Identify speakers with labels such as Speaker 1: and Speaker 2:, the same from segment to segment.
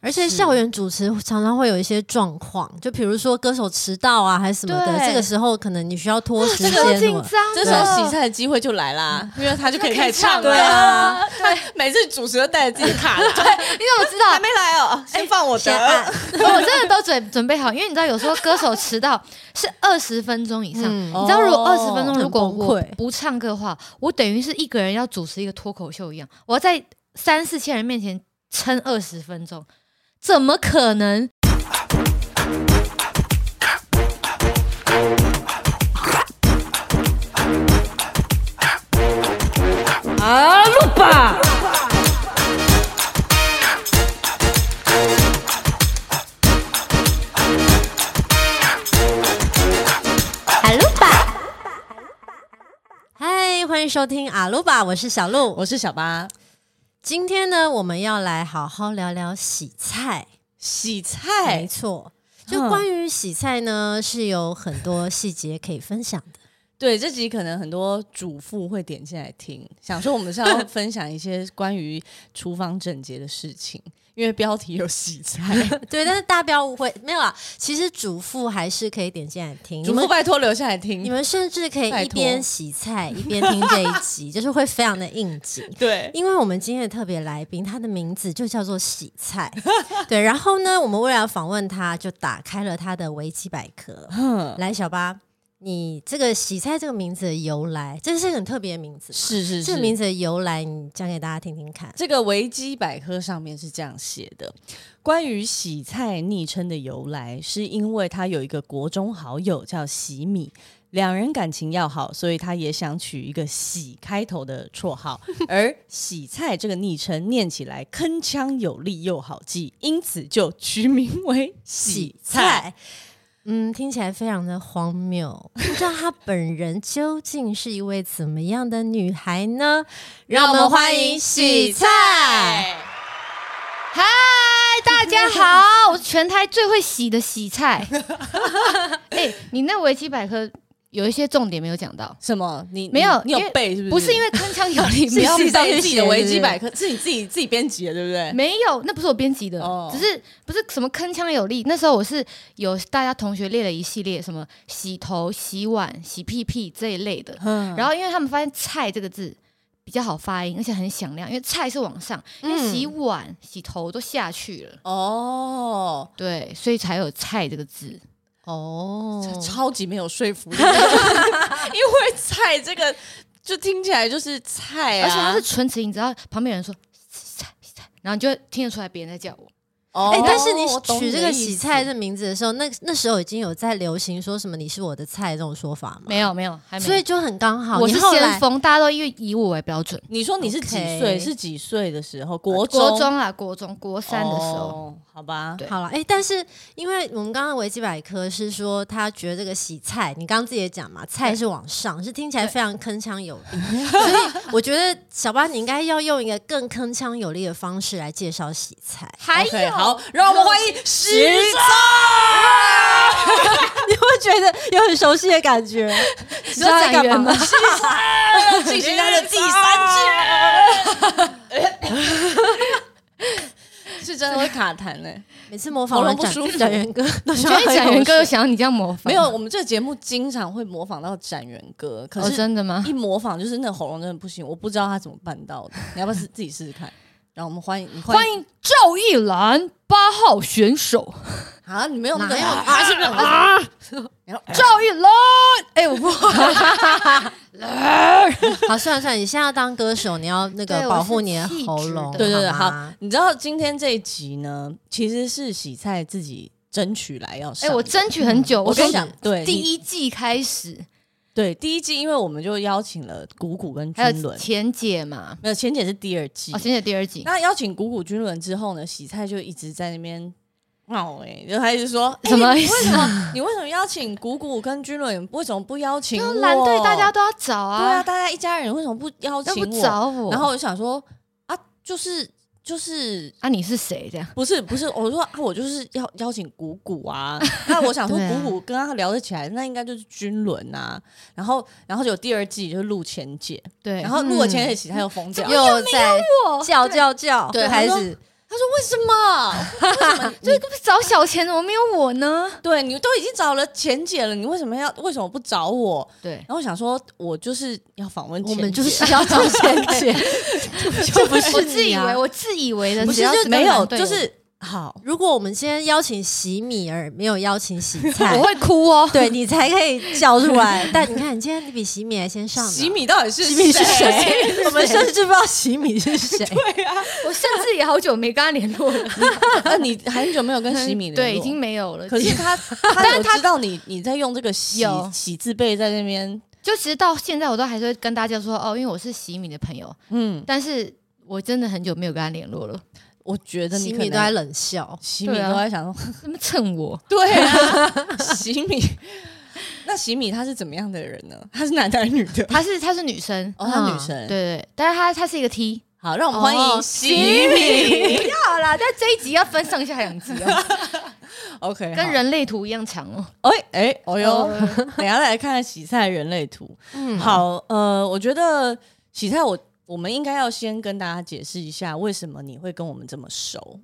Speaker 1: 而且校园主持常常会有一些状况，就比如说歌手迟到啊，还是什么的，
Speaker 2: 对
Speaker 1: 这个时候可能你需要拖时
Speaker 2: 这
Speaker 1: 间
Speaker 2: 个很
Speaker 1: 什
Speaker 2: 紧
Speaker 1: 么。
Speaker 2: 张
Speaker 3: 这
Speaker 2: 的，
Speaker 3: 时候洗菜的机会就来啦，因为他就可以开始唱
Speaker 2: 对
Speaker 3: 了。
Speaker 2: 啊，
Speaker 3: 他每次主持都带着自己的卡，
Speaker 2: 你怎么知道哎啊
Speaker 3: 还？没来哦，先放我
Speaker 1: 先按
Speaker 3: 的。
Speaker 2: 我真的都准准备好，因为你知道，有时候歌手迟到是二十分钟以上。
Speaker 1: 嗯
Speaker 2: 你知道，如果
Speaker 3: 哦
Speaker 2: 二十分钟，
Speaker 1: 很
Speaker 2: 如果我
Speaker 1: 崩溃
Speaker 2: 不唱歌的话，我等于是一个人要主持一个脱口秀一样，我要在三四千人面前撑二十分钟，怎么可能？
Speaker 3: 啊，录吧！
Speaker 1: 嗨，欢迎收听阿鲁巴，我是小鹿。
Speaker 3: 我是小八，
Speaker 1: 今天呢，我们要来好好聊聊洗菜。
Speaker 3: 洗
Speaker 1: 没
Speaker 3: 菜
Speaker 1: 错，就
Speaker 3: 嗯
Speaker 1: 关于洗菜呢，是有很多细节可以分享的。
Speaker 3: 对这集可能很多主妇会点进来听，想说我们是 要分享一些关于厨房整洁的事情，因为标题有洗菜。
Speaker 1: 对，但是大家不要误会，没有啦。其实主妇还是可以点进来听，
Speaker 3: 主
Speaker 1: 你
Speaker 3: 妇
Speaker 1: 们
Speaker 3: 拜托留下来
Speaker 1: 你
Speaker 3: 听。
Speaker 1: 们甚至可以
Speaker 3: 拜
Speaker 1: 一
Speaker 3: 托
Speaker 1: 边洗 菜一边听这一集，就是会非常的应景。
Speaker 3: 对，
Speaker 1: 因为我们今天的特别来宾，他的名字就叫做洗 菜，对。然后呢，我们为了要访问他，就打开了他的维基百科。
Speaker 3: 嗯，
Speaker 1: 来，小八，你这个洗菜这个名字的由来，这是一个很特别的名字吗，
Speaker 3: 是是是，
Speaker 1: 这个名字的由来，你讲给大家听听看。
Speaker 3: 这个维基百科上面是这样写的：关于洗菜昵称的由来，是因为他有一个国中好友叫洗米。两人感情要好，所以他也想取一个“洗”开头的绰号， 而“洗菜”这个昵称念起来铿锵有力又好记，因此就取名为“洗菜
Speaker 1: 嗯，听起来非常的荒谬，不知道她本人究竟是一位怎么样的女孩呢？让我们欢迎洗菜。”。
Speaker 2: 嗨，大家好，我是全台最会洗的洗菜。哎、你那维基百科有一些重点没有讲到，
Speaker 3: 什么？你
Speaker 2: 没有
Speaker 3: 你你
Speaker 2: 因
Speaker 3: 有
Speaker 2: 为
Speaker 3: 背是不是？
Speaker 2: 不是因为铿锵有力，
Speaker 3: 你
Speaker 2: 没
Speaker 3: 要
Speaker 2: 有
Speaker 3: 背
Speaker 1: 上去
Speaker 3: 自己的
Speaker 1: 写
Speaker 3: 维
Speaker 1: 是不
Speaker 3: 基
Speaker 1: 是
Speaker 3: 百科，是你自己自己编辑的，对不对？
Speaker 2: 没有，那不是我编辑的，
Speaker 3: 哦
Speaker 2: 只是不是什么铿锵有力。那时候我是有大家同学列了一系列什么洗头、洗碗、洗屁屁这一类的。
Speaker 3: 嗯
Speaker 2: 然后因为他们发现“菜”这个字比较好发音，而且很响亮，因为“菜”是往上，因为洗碗、洗头都下
Speaker 1: 嗯
Speaker 2: 去了，
Speaker 3: 哦，
Speaker 2: 对，所以才有“菜”这个字。
Speaker 1: 哦，
Speaker 3: 超级没有说服力， 因为菜这个就听起来就是菜啊，
Speaker 2: 而且它是唇齿音，你只要旁边有人说“洗菜”，洗菜，然后你就会听得出来别人在叫我。
Speaker 3: 哦
Speaker 1: 哎、但是你
Speaker 3: 我懂
Speaker 1: 取这
Speaker 3: 的
Speaker 1: 个
Speaker 3: 意思
Speaker 1: 洗菜这名字的时候，那那时候已经有在流行说什么“你是我的菜”这种说法吗？
Speaker 2: 没有，没有，还
Speaker 1: 嗯
Speaker 2: 没。
Speaker 1: 所以就很刚好。
Speaker 2: 我
Speaker 1: 你
Speaker 2: 是
Speaker 1: 后
Speaker 2: 先
Speaker 1: 来
Speaker 2: 锋，大家都因为以我为标准。
Speaker 3: 你说你是几
Speaker 1: OK
Speaker 3: 岁？是几岁的时候？国中
Speaker 2: 呃国中啦，国中国三的时候，
Speaker 3: 哦好吧，
Speaker 2: 对
Speaker 1: 好了，哎、但是因为我们刚刚维基百科是说他觉得这个洗菜，你刚刚自己也讲嘛，菜是往上，是听起来非常铿锵有力，所以我觉得小巴你应该要用一个更铿锵有力的方式来介绍洗菜。
Speaker 2: 还
Speaker 3: OK，
Speaker 2: 有
Speaker 3: 好，让我们欢迎石
Speaker 1: 你会觉得有很熟悉的感觉，你知道在干嘛吗？
Speaker 3: 菜进行他的第三季， 是真的会卡痰欸呢、
Speaker 1: 每次模仿
Speaker 3: 喉
Speaker 1: 完
Speaker 3: 咙不
Speaker 1: 展
Speaker 3: 舒服
Speaker 1: 展元哥，都
Speaker 2: 我
Speaker 1: 喜
Speaker 2: 觉
Speaker 1: 欢
Speaker 2: 得展元哥有
Speaker 1: 喝口水
Speaker 2: 想要你这样模仿，
Speaker 3: 没有，我们这个节目经常会模仿到展元哥，可
Speaker 2: 哦，
Speaker 3: 是
Speaker 2: 真的吗？
Speaker 3: 一模仿就是那喉咙真的不行，我不知道他怎么办到的。你要不要试自己试试看？ 然后我们欢迎你
Speaker 2: 欢迎赵一兰八号选手
Speaker 3: 啊！你没有那个
Speaker 1: 哪有
Speaker 3: 啊？是不是啊？然后
Speaker 2: 赵一兰，哎，我不，
Speaker 1: 好，算了算了，你现在要当歌手，你要那个
Speaker 2: 对
Speaker 1: 保
Speaker 2: 我是
Speaker 1: 护你的
Speaker 2: 气
Speaker 1: 喉
Speaker 2: 质
Speaker 1: 咙，
Speaker 2: 的
Speaker 3: 对对对，
Speaker 1: 好
Speaker 3: 好
Speaker 1: 吗。
Speaker 3: 你知道今天这一集呢，其实是洗菜自己争取来要上
Speaker 2: 哎，
Speaker 3: 的。
Speaker 2: 我争取很久，
Speaker 3: 嗯我跟
Speaker 2: 从
Speaker 3: 你讲，对
Speaker 2: 第
Speaker 3: 你
Speaker 2: 一季开始，
Speaker 3: 对第一季，因为我们就邀请了谷谷跟
Speaker 2: 还
Speaker 3: 君
Speaker 2: 有
Speaker 3: 伦，
Speaker 2: 田姐嘛，
Speaker 3: 没有钱姐是第二季
Speaker 2: 哦，。田姐第二季，
Speaker 3: 那邀请谷谷君伦之后呢，洗菜就一直在那边闹哎，就他一直说哎
Speaker 2: 什么
Speaker 3: 你
Speaker 2: 意思
Speaker 3: 为什么你为什么邀请谷谷跟君伦？为什么不邀请
Speaker 2: 那
Speaker 3: 我？
Speaker 2: 蓝队大家都要找
Speaker 3: 对啊，
Speaker 2: 啊，
Speaker 3: 大家一家人为什么不邀
Speaker 2: 要
Speaker 3: 请
Speaker 2: 不
Speaker 3: 我？
Speaker 2: 找我，
Speaker 3: 然后我就想说啊，就是就是。
Speaker 2: 啊，你是谁这样？
Speaker 3: 不是不是，我说啊，我就是要邀请谷谷啊。那我想说，
Speaker 2: 对啊
Speaker 3: 谷谷跟他聊得起来，那应该就是君伦啊。然后，然后就有第二季就是陆前姐，
Speaker 2: 对，
Speaker 3: 然后陆前
Speaker 2: 嗯
Speaker 3: 姐其他又疯掉。
Speaker 1: 又在
Speaker 2: 我
Speaker 1: 叫叫叫，
Speaker 3: 对
Speaker 1: 开
Speaker 3: 他说
Speaker 1: 始
Speaker 3: 他说为什么？为什
Speaker 2: 这个不是找小钱怎么没有我呢？
Speaker 3: 对你都已经找了钱姐了，你为什么要为什么不找我？
Speaker 2: 对，
Speaker 3: 然后我想说，我就是要访问钱
Speaker 1: 我
Speaker 3: 姐，
Speaker 1: 们就是要找钱姐， 就不
Speaker 2: 我
Speaker 1: 是
Speaker 2: 自
Speaker 1: 你
Speaker 2: 以为
Speaker 1: 啊。
Speaker 2: 我自以为的，
Speaker 1: 不是
Speaker 2: 只要
Speaker 1: 就
Speaker 2: 跟
Speaker 3: 没有，
Speaker 2: 团队
Speaker 3: 就
Speaker 2: 我
Speaker 3: 是好。
Speaker 1: 如果我们今天邀请洗米而没有邀请洗菜
Speaker 2: 我，会哭哦。
Speaker 1: 对你才可以叫出来。但你看，你今天你比洗米还先上呢，
Speaker 3: 洗米到底是
Speaker 1: 洗米是
Speaker 3: 谁？
Speaker 1: 谁？我们甚至不知道洗米是 谁。
Speaker 2: 我甚至也好久没跟他联络了，
Speaker 3: 啊，你很久没有跟 洗米联络
Speaker 2: 对，已经。没有了。
Speaker 3: 可是他，但是他有知道你你在用这个洗
Speaker 2: 有
Speaker 3: 洗字辈在那边，
Speaker 2: 就其实到现在，我都还是会跟大家说哦，因为我是洗米的朋友，
Speaker 3: 嗯，
Speaker 2: 但是我真的很久没有跟他联络了。
Speaker 3: 我觉得你
Speaker 1: 洗
Speaker 3: 可
Speaker 1: 米
Speaker 3: 能
Speaker 1: 都在冷笑，
Speaker 3: 洗米
Speaker 2: 对啊
Speaker 3: 都在想 说，
Speaker 2: 他们蹭我，
Speaker 3: 对 啊，洗米。那洗米他是怎么样的人呢？他是男的还是女的？
Speaker 2: 她是她是女生，
Speaker 3: 哦，他
Speaker 1: 嗯
Speaker 3: 女生
Speaker 2: 对。对，但是她她是一个 T。
Speaker 3: 好，让我们欢迎
Speaker 2: 哦
Speaker 3: 洗米。
Speaker 2: 不要啦，但这一集要分上下两集哦，
Speaker 3: OK，
Speaker 2: 跟
Speaker 3: 好
Speaker 2: 人类图一样长哦。
Speaker 3: 哎哎，哦哟，
Speaker 2: 呃
Speaker 3: 等一下再来看看洗菜人类图。
Speaker 1: 嗯，
Speaker 3: 好，呃，我觉得洗菜我我们应该要先跟大家解释一下，为什么你会跟我们这么熟？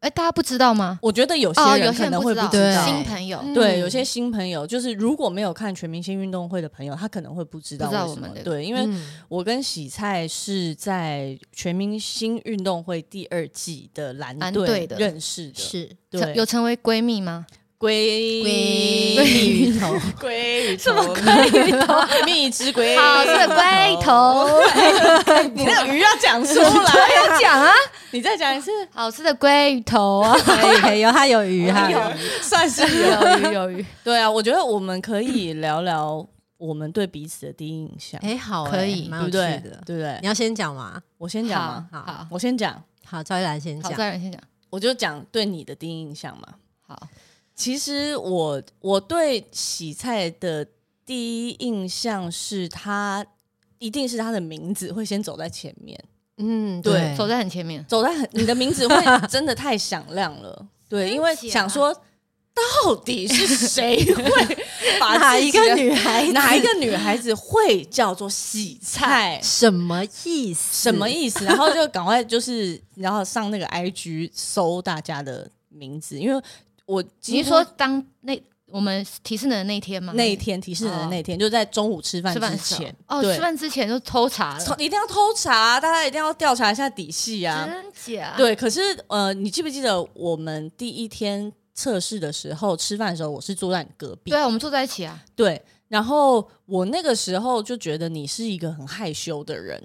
Speaker 2: 哎、大家不知道吗？
Speaker 3: 我觉得有些
Speaker 2: 哦，有
Speaker 3: 人
Speaker 2: 些
Speaker 3: 可
Speaker 2: 人
Speaker 3: 能会
Speaker 2: 知道，
Speaker 3: 知道，
Speaker 2: 新朋友、
Speaker 1: 嗯
Speaker 3: 对，有些新朋友就是如果没有看全明星运动会的朋友，他可能会不知道
Speaker 2: 不知道
Speaker 3: 为
Speaker 2: 我
Speaker 3: 什
Speaker 2: 们
Speaker 3: 么
Speaker 2: 这个
Speaker 3: 对，因为
Speaker 1: 嗯
Speaker 3: 我跟洗菜是在全明星运动会第二季的蓝
Speaker 2: 蓝
Speaker 3: 队
Speaker 2: 队的
Speaker 3: 认识的，
Speaker 1: 是
Speaker 3: 对，
Speaker 2: 有成为闺蜜吗？
Speaker 3: 龟
Speaker 1: 龟
Speaker 3: 鱼头， 龟鱼头，什么鱼头？ 蜜汁龟，
Speaker 2: 好，是个龟。头，
Speaker 3: 你那个鱼要讲出 来，
Speaker 2: 要讲啊，
Speaker 3: 你再讲 一次。
Speaker 2: 好吃的 龟头啊，
Speaker 1: 可以可以，有他有鱼哈，
Speaker 3: 有哎算是有。
Speaker 2: 有鱼有鱼，
Speaker 3: 对啊，我觉得我们可以聊聊我们对彼此的第一印象，
Speaker 1: 哎，好哎，
Speaker 2: 可以
Speaker 1: 蛮
Speaker 3: 对
Speaker 1: 有
Speaker 3: 不
Speaker 1: 趣
Speaker 3: 对
Speaker 1: 的？。
Speaker 3: 对不对？
Speaker 1: 你要先讲嘛，
Speaker 3: 我先讲嘛，
Speaker 1: 好
Speaker 2: 好
Speaker 3: 我先讲，
Speaker 1: 好，赵一兰先
Speaker 2: 好，
Speaker 1: 讲。
Speaker 2: 再人先讲，
Speaker 3: 我就讲对你的第一印象嘛。
Speaker 2: 好，
Speaker 3: 其实我我对洗菜的第一印象是他一定是他的名字会先走在前面，
Speaker 1: 嗯，
Speaker 3: 对
Speaker 2: 走在很前面，
Speaker 3: 走在很你的名字 会真的太响亮了，对，因为
Speaker 2: 真假
Speaker 3: 想说到底是谁会 把
Speaker 1: 哪一
Speaker 3: 自己
Speaker 1: 个
Speaker 3: 的
Speaker 1: 女孩子？？
Speaker 3: 哪一个女孩子会叫做洗菜
Speaker 1: 什么意思？
Speaker 3: 什么意思？然后就赶快就是，然后上那个 IG 搜大家的名字，因为我
Speaker 2: 你
Speaker 3: 你
Speaker 2: 是说当那我们提示你的那一天吗？
Speaker 3: 那一天提示人的那一天，就在中午哦吃饭
Speaker 2: 吃饭
Speaker 3: 之
Speaker 2: 的时候
Speaker 3: 前，
Speaker 2: 哦，
Speaker 3: 对
Speaker 2: 吃饭之前就偷查
Speaker 3: 从
Speaker 2: 了，
Speaker 3: 一定要偷查，大家一定要调查一下底细啊。
Speaker 2: 真假？，
Speaker 3: 对，可是呃，你记不记得我们第一天测试的时候，吃饭的时候我是坐在你隔壁，
Speaker 2: 对啊，我们坐在一起啊，
Speaker 3: 对然后我那个时候就觉得你是一个很害羞的人，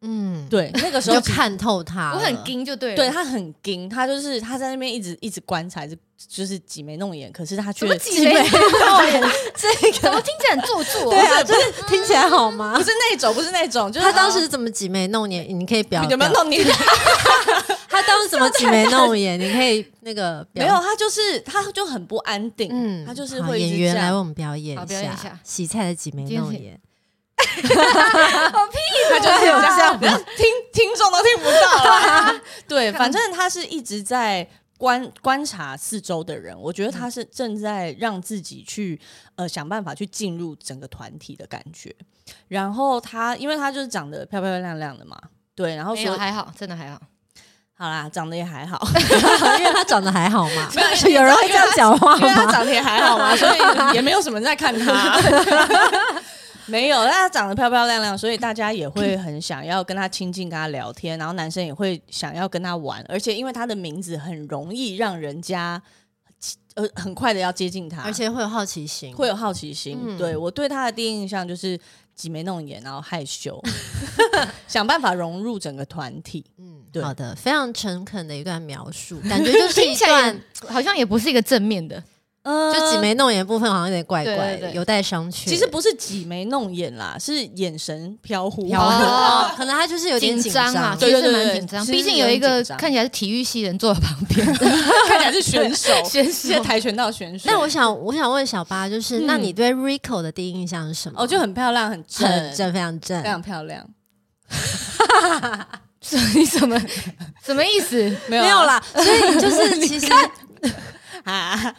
Speaker 1: 嗯，
Speaker 3: 对，那个时
Speaker 1: 你
Speaker 3: 候
Speaker 1: 就看透他
Speaker 2: 我
Speaker 1: 了，
Speaker 2: 很盯就对了，
Speaker 3: 对他很盯，他就是他在那边一直一直观察，一直就是挤眉弄眼，可是他却
Speaker 2: 怎么挤眉弄眼？这个怎么听起来很做作？
Speaker 1: 对啊，就是听起来好吗
Speaker 3: 不？是那种，不是那种，就是哦
Speaker 1: 他当时怎么挤眉弄眼？你可以表
Speaker 3: 有没有
Speaker 1: 表
Speaker 3: 弄你？
Speaker 1: 他当时怎么挤眉弄眼？你可以那个
Speaker 3: 没
Speaker 1: 表
Speaker 3: 有，他就是他就很不安定，
Speaker 1: 嗯，
Speaker 3: 他就是
Speaker 1: 好
Speaker 3: 会一
Speaker 1: 演
Speaker 3: 直
Speaker 1: 员
Speaker 3: 这
Speaker 1: 来
Speaker 3: 样
Speaker 1: 为我们表演
Speaker 2: 好表演一 下
Speaker 1: 洗菜的挤眉弄眼，
Speaker 2: 啊
Speaker 3: 他 就是有这样，啊听听众都听不到了。 对，反正他是一直在观观察四周的人，我觉得他是正在让自己去呃想办法去进入整个团体的感觉。然后他，因为他就是长得漂漂亮亮的嘛，对，然后
Speaker 2: 没有
Speaker 3: 说
Speaker 2: 还好，真的还好。
Speaker 3: 好啦，长得也还 好，
Speaker 1: 因为他长得还好嘛，
Speaker 3: 没有
Speaker 1: 是有人会这样讲话
Speaker 3: 因为他
Speaker 1: 吗？
Speaker 3: 啊长得也还好嘛，所以也没有什么人在看他。 没有，但他长得漂漂亮亮，所以大家也会很想要跟他亲近、跟他聊天，然后男生也会想要跟他玩，而且因为他的名字很容易让人家呃很快的要接近他，
Speaker 1: 而且会有好奇心，
Speaker 3: 会有好奇心。
Speaker 1: 嗯
Speaker 3: 对我对他的第一印象就是挤眉弄眼，然后害 羞，想办法融入整个团体。
Speaker 1: 嗯，
Speaker 3: 对
Speaker 1: 好的，非常诚恳的一段描述，感觉就是一
Speaker 2: 听起来
Speaker 1: 段
Speaker 2: 也好像也不是一个正面的，
Speaker 3: 嗯
Speaker 1: 就挤眉弄眼的部分好像有点怪怪
Speaker 2: 对对
Speaker 1: 的，
Speaker 2: 对
Speaker 1: 有待商榷。
Speaker 3: 其实不是挤眉弄眼啦，是眼神飘忽。
Speaker 1: 飘忽，
Speaker 2: 哦
Speaker 1: 可能他就是有点
Speaker 2: 张啊，
Speaker 1: 对
Speaker 2: 其
Speaker 3: 对
Speaker 2: 实
Speaker 3: 对对
Speaker 2: 蛮
Speaker 3: 对
Speaker 2: 紧张。
Speaker 3: 其实
Speaker 2: 毕竟
Speaker 3: 是
Speaker 2: 有
Speaker 3: 有
Speaker 2: 一个
Speaker 3: 紧张
Speaker 2: 看起来是体育系人坐在旁边，
Speaker 3: 看起来是选手，
Speaker 2: 选
Speaker 3: 是些
Speaker 2: 手
Speaker 3: 跆拳道选手。
Speaker 1: 那我想，我想问小八，就是、
Speaker 3: 嗯
Speaker 1: 那你对 Rico 的第一印象是什么？
Speaker 3: 哦，就很漂亮，很正，
Speaker 1: 很正，非常正
Speaker 3: 非。常漂亮。
Speaker 2: 你什么什么意思？
Speaker 3: 没
Speaker 1: 啊没有，啦，所以就是其实
Speaker 3: 啊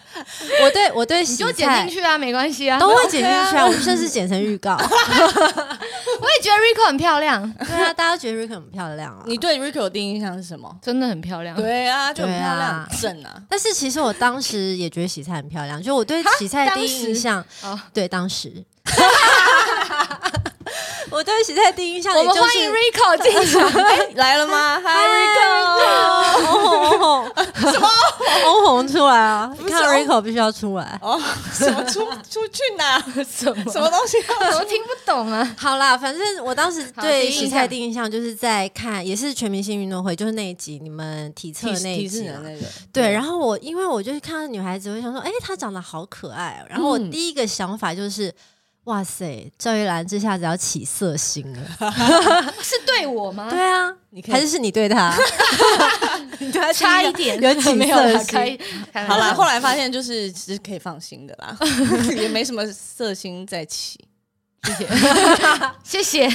Speaker 1: 我对我对
Speaker 2: 你
Speaker 1: 洗
Speaker 2: 就剪
Speaker 1: 菜
Speaker 2: 进去啊，没关系啊。
Speaker 1: 都
Speaker 2: 我
Speaker 1: 会剪进去啊，我们甚至剪成预告。
Speaker 2: 也觉得 Rico 很漂亮，
Speaker 1: 对啊，大家觉得 Rick 很漂亮啊。
Speaker 3: 你对 Rico 的第一印象是什么？
Speaker 2: 真的很漂亮。
Speaker 3: 对啊，就很
Speaker 1: 对
Speaker 3: 漂
Speaker 1: 啊
Speaker 3: 亮，很正啊。
Speaker 1: 但是其实我当时也觉得洗菜很漂亮，就我对洗菜的第一印象，
Speaker 2: 哦
Speaker 1: 对当时，我对洗菜的第一印象
Speaker 2: 我
Speaker 1: 也
Speaker 2: 们
Speaker 1: 就
Speaker 2: 欢迎
Speaker 1: 是
Speaker 2: Rico 进场。
Speaker 3: 哎来了吗？嗨，Rico。
Speaker 1: 红红红红什么红红出来啊？
Speaker 3: 是
Speaker 1: 看
Speaker 3: 哦
Speaker 1: Rico 必须要出来。
Speaker 3: 哦，什么出出去哪？
Speaker 2: 什么？
Speaker 3: 什么东 西？
Speaker 2: 我听不懂啊！
Speaker 1: 好啦，反正我当时
Speaker 2: 好第
Speaker 1: 对
Speaker 2: 一
Speaker 1: 洗
Speaker 2: 印
Speaker 1: 菜
Speaker 2: 象
Speaker 1: 第一印象就是在看，也是全明星运动会，就是那一集你们体测那一
Speaker 3: 提示
Speaker 1: 集
Speaker 3: 的
Speaker 1: 嘛。
Speaker 3: 那个，
Speaker 1: 对，然后我因为我就是看到女孩子，我就想说，哎、她长得好可爱、哦。然后我
Speaker 3: 嗯
Speaker 1: 第一个想法就是，哇塞，赵一兰这下子要起色心了。
Speaker 2: 是对我吗？
Speaker 1: 对啊
Speaker 3: 你，可以
Speaker 1: 还是是你对她？你对她
Speaker 2: 差
Speaker 1: 第
Speaker 2: 一
Speaker 1: 个
Speaker 2: 点
Speaker 1: 有 起
Speaker 3: 没有啦
Speaker 1: 色
Speaker 2: 可
Speaker 1: 心。
Speaker 2: 以。开玩笑
Speaker 3: 好啦，后来发现就是其实可以放心的啦，也没什么色心在起。
Speaker 2: 谢谢。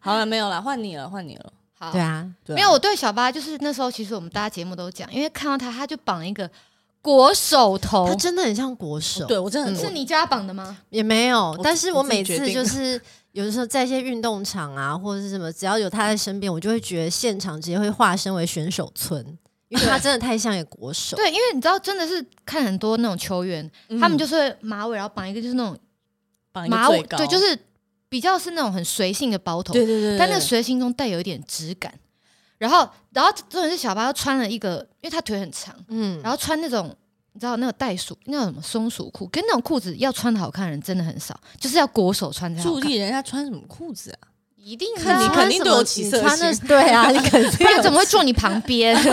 Speaker 3: 好了，没有啦，换你了，换你了。
Speaker 2: 好
Speaker 1: 对，啊，
Speaker 3: 对啊
Speaker 2: 没有，我对小八就是那时候，其实我们大家节目都讲，因为看到他，他就绑一个国手头嗯
Speaker 1: 她，真的很像国手，
Speaker 3: 对我真的很
Speaker 2: 是你叫他绑的吗？
Speaker 1: 也没有
Speaker 3: 我。
Speaker 1: 但是
Speaker 3: 我
Speaker 1: 我
Speaker 3: 自己
Speaker 1: 每
Speaker 3: 决
Speaker 1: 次
Speaker 3: 定
Speaker 1: 就
Speaker 3: 了
Speaker 1: 是有的时候在一些运动场啊，或者是什么，只要有她在身边，我就会觉得现场直接会化身为选手村，因为她真的太像一个国手。
Speaker 2: 对，因为你知道，真的是看很多那种球员，
Speaker 3: 嗯
Speaker 2: 他们就是会马尾，然后绑一个就是那种
Speaker 3: 绑一个
Speaker 2: 马尾
Speaker 3: 最，高
Speaker 2: 对，就是比较是那种很随性的包头，
Speaker 3: 对对对，
Speaker 2: 但那
Speaker 3: 对
Speaker 2: 个随性中带有一点质感。然后，然后重点是小八又穿了一个，因为他腿很长，
Speaker 1: 嗯，
Speaker 2: 然后穿那种你知道那个袋鼠那种什么松鼠裤，跟那种裤子要穿的好看的人真的很少，就是要国手穿才好
Speaker 3: 助
Speaker 2: 看。
Speaker 3: 力人家穿什么裤子啊？
Speaker 2: 一定
Speaker 3: 看
Speaker 2: 啊
Speaker 3: 你肯定对我起色
Speaker 1: 你穿的
Speaker 3: 心
Speaker 1: 对 啊，你肯定
Speaker 2: 不然怎么会坐你旁边？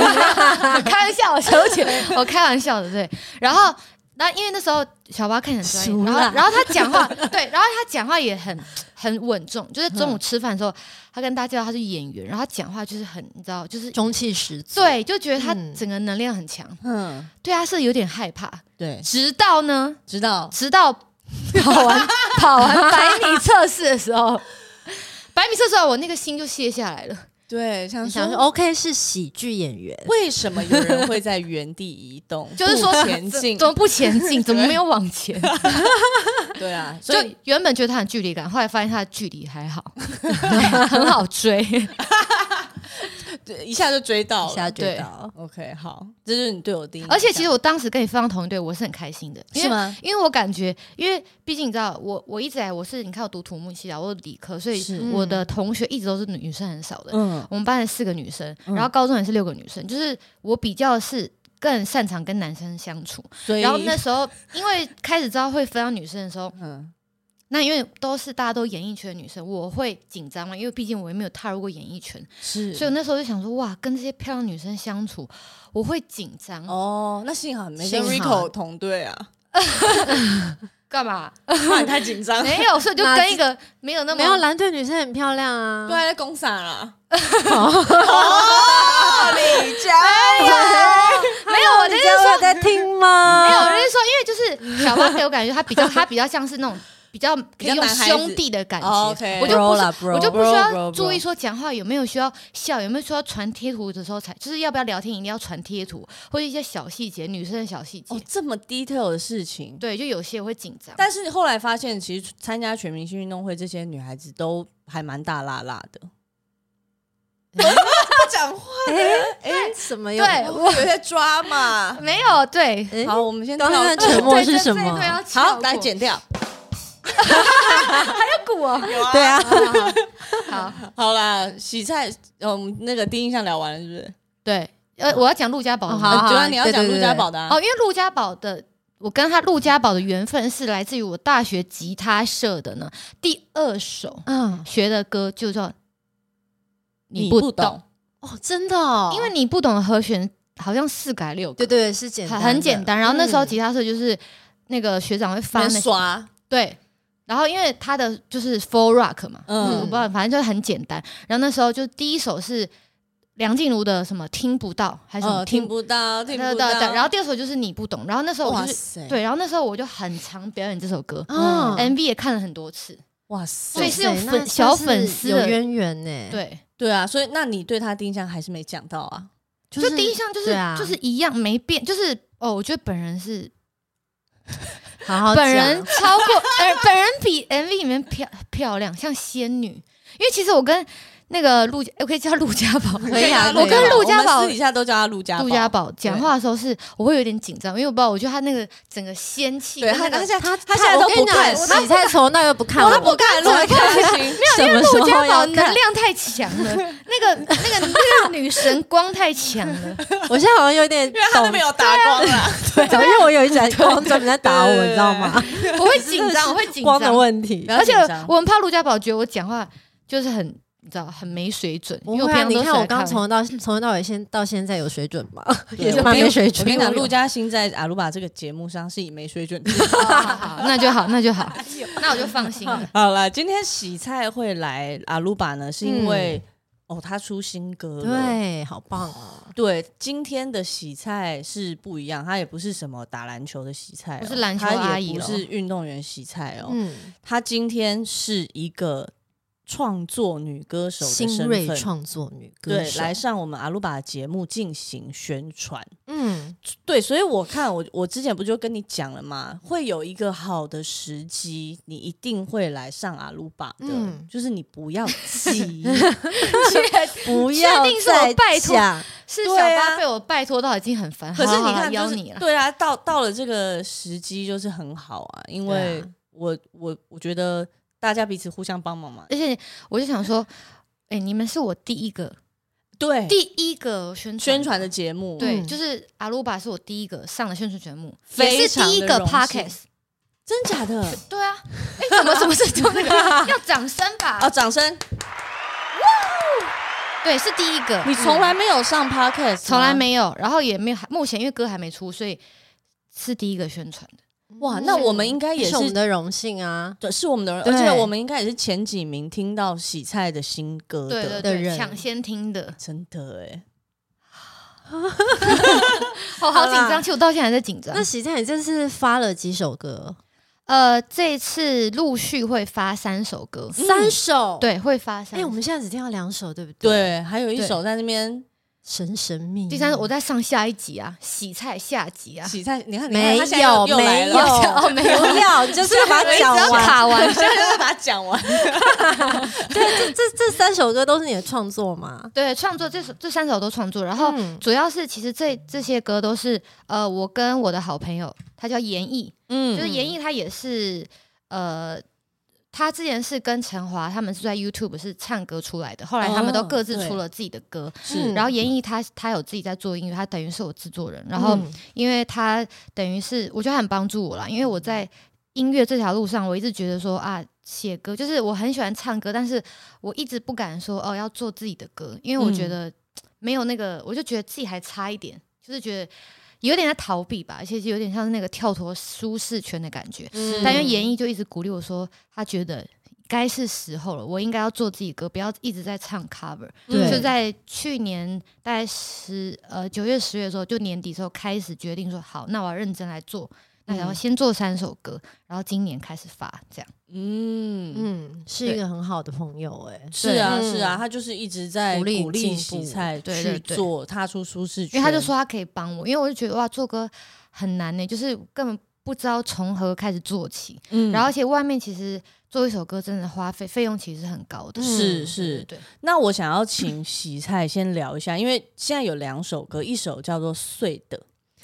Speaker 2: 开玩笑，我小姐， 我开玩笑的，对。然后，然后因为那时候小巴看起来很专
Speaker 1: 熟
Speaker 2: 业，然
Speaker 1: 啦
Speaker 2: 后然后他讲话， 对，然后他讲话也很很稳重，就是中午吃饭的时候，他跟大家介绍他是演员，然后他讲话就是很，你知道，就是
Speaker 1: 中气十足？
Speaker 2: 对，就觉得他
Speaker 1: 嗯
Speaker 2: 整个能量很强，
Speaker 3: 嗯，
Speaker 2: 对他是有点害怕。
Speaker 3: 对，
Speaker 2: 直到呢，
Speaker 3: 知道
Speaker 2: 直到哦跑 完跑完百米测试的时候，百米测试的时候我那个心就卸下来了。
Speaker 3: 对，想
Speaker 1: 你想说
Speaker 3: 说
Speaker 1: OK 是喜剧演员，
Speaker 3: 为什么有人会在原地移动，
Speaker 2: 就是说
Speaker 3: 不前进
Speaker 2: 怎？么不前 进？怎么没有往前？
Speaker 3: 对啊，
Speaker 2: 就
Speaker 3: 所以
Speaker 2: 原本觉得他很距离感，后来发现他的距离还好， 很好 追。
Speaker 3: 对一下就追到
Speaker 1: 一下
Speaker 3: 了。
Speaker 1: 觉得
Speaker 3: OK，好，这就是你对我第一印象。
Speaker 2: 而且其实我当时跟你分到同一队，我是很开心的，因为
Speaker 3: 是吗？
Speaker 2: 因为我感觉，因为毕竟你知道，我我一直来我是你看我读土木系啊，我有理科，所以
Speaker 3: 是
Speaker 2: 我的同学一直都是女生很少的。
Speaker 3: 嗯，
Speaker 2: 我们班的四个女生，
Speaker 3: 嗯
Speaker 2: 然后高中也是六个女生，就是我比较是更擅长跟男生相处。
Speaker 3: 所以
Speaker 2: 然后 那时候因为开始知道会分到女生的时候，
Speaker 3: 嗯，
Speaker 2: 那因为都是大家都演艺圈的女生，我会紧张嘛，因为毕竟我也没有踏入过演艺圈，
Speaker 3: 是
Speaker 2: 所以我那时候就想说，哇，跟这些漂亮女生相处，我会紧张。
Speaker 3: 哦，那幸好没跟
Speaker 1: 幸好
Speaker 3: Rico 同队啊，
Speaker 2: 干嘛？
Speaker 3: 不然太紧张。
Speaker 2: 没有，所以就
Speaker 1: 哪
Speaker 2: 跟一个没有那么
Speaker 1: 没有蓝队女生很漂亮啊，
Speaker 3: 对啊，哦在攻散了。
Speaker 1: 没有，我就是说在听吗？
Speaker 2: 没有，我就是说，因为就是小八给我感觉她比较，她比较像是那种比较比较
Speaker 3: 比较
Speaker 2: 有
Speaker 3: 男孩子
Speaker 2: 兄弟的感觉，
Speaker 3: 哦，OK
Speaker 2: 我就不
Speaker 1: Bro 啦
Speaker 2: 是
Speaker 1: bro
Speaker 2: 我就不需
Speaker 3: bro
Speaker 2: 要
Speaker 3: bro
Speaker 2: 注意说讲话有没有需要笑，有没有需要传贴图的时候才，就是要不要聊天一定要传贴图，或者一些小细节，女生的小细节
Speaker 3: 哦，，这么 detail 的事情。
Speaker 2: 对，啊就有些会紧张。
Speaker 3: 但是后来发现，其实参加全明星运动会这些女孩子都还蛮大辣辣的。不讲话，
Speaker 1: 哎哎，什么有？
Speaker 2: 对
Speaker 3: 我有些抓嘛。
Speaker 2: 没有，对，
Speaker 1: 哎
Speaker 3: 好，我们先
Speaker 1: 刚刚
Speaker 3: 跳
Speaker 1: 那沉默是什
Speaker 2: 对
Speaker 1: 么？
Speaker 2: 要翘
Speaker 3: 好，
Speaker 2: 过
Speaker 3: 来剪掉。
Speaker 2: 骨哦。
Speaker 3: 有啊
Speaker 1: 对啊，
Speaker 2: 好，好
Speaker 3: 好啦，洗菜，呃我们那个第一印象聊完了，是不是？
Speaker 2: 对，呃，我要讲陆家宝的
Speaker 1: 哦
Speaker 2: 吗。
Speaker 1: 好
Speaker 3: 呃对啊，你要
Speaker 1: 对
Speaker 3: 讲
Speaker 1: 对
Speaker 3: 陆
Speaker 1: 对
Speaker 3: 家
Speaker 1: 对
Speaker 3: 宝的啊。
Speaker 2: 哦，因为陆家宝的，我跟他陆家宝的缘分是来自于我大学吉他社的呢，第二首
Speaker 1: 嗯，
Speaker 2: 学的歌就叫《
Speaker 3: 你
Speaker 2: 不
Speaker 3: 不懂
Speaker 1: 哦，真的哦，
Speaker 2: 因为你不懂的和弦好像四改六
Speaker 1: 对
Speaker 2: 个，
Speaker 1: 对是简单
Speaker 2: 很
Speaker 1: 的，
Speaker 2: 很简单。然后那时候
Speaker 1: 嗯
Speaker 2: 吉他社就是那个学长会
Speaker 3: 那
Speaker 2: 发
Speaker 3: 边
Speaker 2: 那个
Speaker 3: 刷，
Speaker 2: 对，然后因为他的就是 Four Rock 嘛，
Speaker 3: 嗯
Speaker 2: 我不知道，反正就是很简单。然后那时候就第一首是梁静茹的什么听不到还是什么
Speaker 3: 呃，听不到，听
Speaker 2: 对
Speaker 3: 不
Speaker 2: 对
Speaker 3: 到。
Speaker 2: 对，然后第二首就是你不懂，然后那时候我
Speaker 3: 哇
Speaker 2: 就是
Speaker 3: 塞，，
Speaker 2: 对，然后那时候我就很常表演这首歌、
Speaker 1: 嗯，
Speaker 2: m v 也看了很多次，
Speaker 3: 哇塞，
Speaker 2: 所以是有
Speaker 1: 哇塞
Speaker 2: 粉
Speaker 1: 那
Speaker 2: 小
Speaker 1: 算是
Speaker 2: 粉丝
Speaker 1: 有
Speaker 2: 的
Speaker 1: 渊源呢，，
Speaker 2: 对，
Speaker 3: 对啊，所以那你对他第一印象还是没讲到啊？
Speaker 1: 就
Speaker 2: 就是第一项就是、
Speaker 1: 对啊
Speaker 2: 就是一样没变，就是哦，我觉得本人是
Speaker 1: 好好
Speaker 2: 本人
Speaker 3: 哦
Speaker 1: 讲
Speaker 2: 超过，呃，本人比 MV 里面漂漂亮，像仙女。因为其实我跟那个陆，我可以叫陆 家宝，
Speaker 1: 可以啊
Speaker 2: 我
Speaker 1: 可以
Speaker 2: 跟
Speaker 1: 啊
Speaker 2: 陆家
Speaker 3: 我
Speaker 2: 宝
Speaker 3: 们私底下都叫他陆家
Speaker 2: 陆家宝讲话的时候是，我会有点紧张，因为我不知道，我觉得他那个整个仙气
Speaker 3: 对
Speaker 2: 跟
Speaker 3: 他
Speaker 2: 那
Speaker 3: 他
Speaker 2: 个。
Speaker 3: 现在他他现在都不看，
Speaker 1: 我跟你讲洗菜从头到尾不看我，
Speaker 3: 看，我看行，
Speaker 2: 因为陆家宝能
Speaker 3: 看？
Speaker 2: 量太强了，那个、那个、那个女神光太强了。
Speaker 1: 我现在好像有点
Speaker 3: 因为他都
Speaker 1: 懂
Speaker 3: 没有啊打光了，
Speaker 1: 对，因为我有一盏光专门在打我，
Speaker 3: 对
Speaker 1: 你知道吗？
Speaker 2: 我会紧张，我会紧
Speaker 1: 光的
Speaker 2: 张，
Speaker 1: 问题。
Speaker 2: 而且我很怕陆家宝觉得我讲话就是很，你知道，很没水准。因为
Speaker 1: 不
Speaker 2: 我
Speaker 1: 会
Speaker 2: 平
Speaker 1: 啊，你
Speaker 2: 常都是
Speaker 1: 看我
Speaker 2: 来
Speaker 1: 刚
Speaker 2: 看
Speaker 1: 从 头到从头到尾先到现在有水准吧，
Speaker 3: 对
Speaker 1: 也是
Speaker 3: 我
Speaker 1: 蛮
Speaker 3: 没有
Speaker 1: 没水
Speaker 3: 我
Speaker 1: 准
Speaker 3: 跟你
Speaker 1: 的。
Speaker 3: 讲，陆嘉欣在阿鲁巴这个节目上是以没水准。
Speaker 2: 好那就好，那就好，
Speaker 3: 哎
Speaker 2: 那我就放心 了。
Speaker 3: 好了，今天洗菜会来阿鲁巴呢，是因为哦，他出新歌了。
Speaker 1: 对，好棒哦！
Speaker 3: 对，今天的洗菜是不一样，它也不是什么打篮球的洗菜哦，
Speaker 2: 不是篮球
Speaker 3: 它也
Speaker 2: 阿姨
Speaker 3: 不
Speaker 2: 咯
Speaker 3: 是运动员洗菜哦，
Speaker 1: 嗯，
Speaker 3: 她今天是一个创作女歌手的
Speaker 1: 新
Speaker 3: 身
Speaker 1: 锐
Speaker 3: 份，
Speaker 1: 创作女歌
Speaker 3: 对，
Speaker 1: 手，
Speaker 3: 来上我们阿鲁巴的节目进行宣传。
Speaker 1: 嗯，
Speaker 3: 对，所以我看我我之前不就跟你讲了嘛，会有一个好的时机，你一定会来上阿鲁巴的，
Speaker 1: 嗯
Speaker 3: 就是你不要 急，
Speaker 1: 不
Speaker 2: 确
Speaker 1: 要
Speaker 2: 定是我
Speaker 1: 再
Speaker 2: 拜托
Speaker 1: 讲
Speaker 2: 是小
Speaker 3: 对啊
Speaker 2: 八被我拜托到已经很烦，
Speaker 3: 可是
Speaker 2: 好
Speaker 3: 你
Speaker 2: 好好
Speaker 3: 看，
Speaker 2: 邀
Speaker 3: 就是
Speaker 2: 你了。
Speaker 3: 对啊，到到了这个时机就是很好啊，因
Speaker 1: 对
Speaker 3: 为
Speaker 1: 啊
Speaker 3: 我我我觉得大家彼此互相帮忙嘛。
Speaker 2: 而且我就想说，哎、你们是我第一个
Speaker 3: 对，
Speaker 2: 第一个宣传
Speaker 3: 宣传的节目
Speaker 2: 对，
Speaker 1: 嗯
Speaker 2: 就是阿鲁巴是我第一个上的宣传节目，
Speaker 3: 非
Speaker 2: 也是
Speaker 3: 常
Speaker 2: 第一
Speaker 3: 的
Speaker 2: 个
Speaker 3: 荣幸
Speaker 2: podcast。
Speaker 3: 真假的
Speaker 2: 对啊，哎、怎么怎么是就那个要掌声吧？
Speaker 3: 啊，掌声！
Speaker 2: 对，是第一个，嗯
Speaker 3: 你从来没有上 podcast，
Speaker 2: 从来
Speaker 3: 吗
Speaker 2: 没有，然后也没有，目前因为歌还没出，所以是第一个宣传的。
Speaker 3: 哇，那我们应该也
Speaker 1: 也是
Speaker 3: 是
Speaker 1: 我们的荣幸啊。
Speaker 3: 对，是我们的人，
Speaker 1: 对
Speaker 3: 而且我们应该也是前几名听到洗菜的新歌的，
Speaker 2: 对对
Speaker 1: 的
Speaker 2: 对，
Speaker 1: 人
Speaker 2: 抢先听的，
Speaker 3: 真的哎，
Speaker 2: 我好紧
Speaker 1: 好啦
Speaker 2: 张，其实我到现在还在紧张
Speaker 1: 那。喜菜，你这次发了几首歌？
Speaker 2: 呃，这次陆续会发嗯三首歌，
Speaker 1: 三首。，
Speaker 2: 对，会发三
Speaker 1: 哎，
Speaker 2: 首。
Speaker 1: 我们现在只听到两首，对不对？，
Speaker 3: 对，还有一
Speaker 2: 对
Speaker 3: 首在那边
Speaker 1: 神神秘秘。
Speaker 2: 第三首我在上下一集啊，洗菜下集啊，
Speaker 3: 洗菜，你看，你看
Speaker 1: 没
Speaker 3: 他现在又
Speaker 1: 有
Speaker 3: 又来
Speaker 1: 没有
Speaker 3: 了，
Speaker 2: 哦没 有
Speaker 1: 不要，你就是要把它
Speaker 2: 只
Speaker 1: 讲
Speaker 2: 要
Speaker 1: 完。
Speaker 2: 卡完
Speaker 3: 现在就是把它讲完，
Speaker 1: 对，这这这三首歌都是你的创作吗？
Speaker 2: 对，创作这首这三首都创作，然后
Speaker 1: 嗯
Speaker 2: 主要是其实这这些歌都是呃，我跟我的好朋友，他叫严艺，就
Speaker 3: 嗯
Speaker 2: 是严艺他也是呃，他之前是跟陈华他们是在 YouTube 是唱歌出来的，后来他们都
Speaker 3: 哦
Speaker 2: 各自
Speaker 3: 对
Speaker 2: 出了自己的歌，
Speaker 1: 嗯
Speaker 2: 然后严艺他他有自己在做音乐，他等于是我制作人，然后
Speaker 1: 嗯
Speaker 2: 因为他等于是我觉得他很帮助我啦，因为我在音乐这条路上，我一直觉得说啊，写歌就是我很喜欢唱歌，但是我一直不敢说哦要做自己的歌，因为我觉得没有那个，我就觉得自己还差一点，就是觉得有点在逃避吧，而且就有点像是那个跳脱舒适圈的感觉。
Speaker 3: 嗯
Speaker 2: 但因为严艺就一直鼓励我说，他觉得该是时候了，我应该要做自己歌，不要一直在唱 cover。
Speaker 1: 对
Speaker 2: 就在去年大概十呃九月十月的时候，就年底的时候开始决定说，好，那我要认真来做。那然后
Speaker 3: 嗯
Speaker 2: 先做三首歌，然后今年开始发，这样
Speaker 3: 嗯。
Speaker 1: 嗯，是一个很好的朋友哎、
Speaker 3: 是啊，
Speaker 1: 对
Speaker 3: 是啊，他就是一直在
Speaker 1: 鼓励
Speaker 3: 鼓励
Speaker 1: 进
Speaker 3: 洗
Speaker 1: 步
Speaker 3: 菜
Speaker 2: 对
Speaker 3: 去
Speaker 2: 对对
Speaker 3: 做，踏出舒适
Speaker 2: 因
Speaker 3: 圈。
Speaker 2: 为他就说他可以帮我，因为我就觉得哇，做歌很难呢、就是根本不知道从何开始做起。
Speaker 3: 嗯，
Speaker 2: 然后而且外面其实做一首歌真的花费费用其实是很高的，
Speaker 3: 是
Speaker 1: 嗯
Speaker 3: 是，
Speaker 2: 对对
Speaker 3: 那我想要请洗菜先聊一下，因为现在有两首歌，一首叫做《碎的》，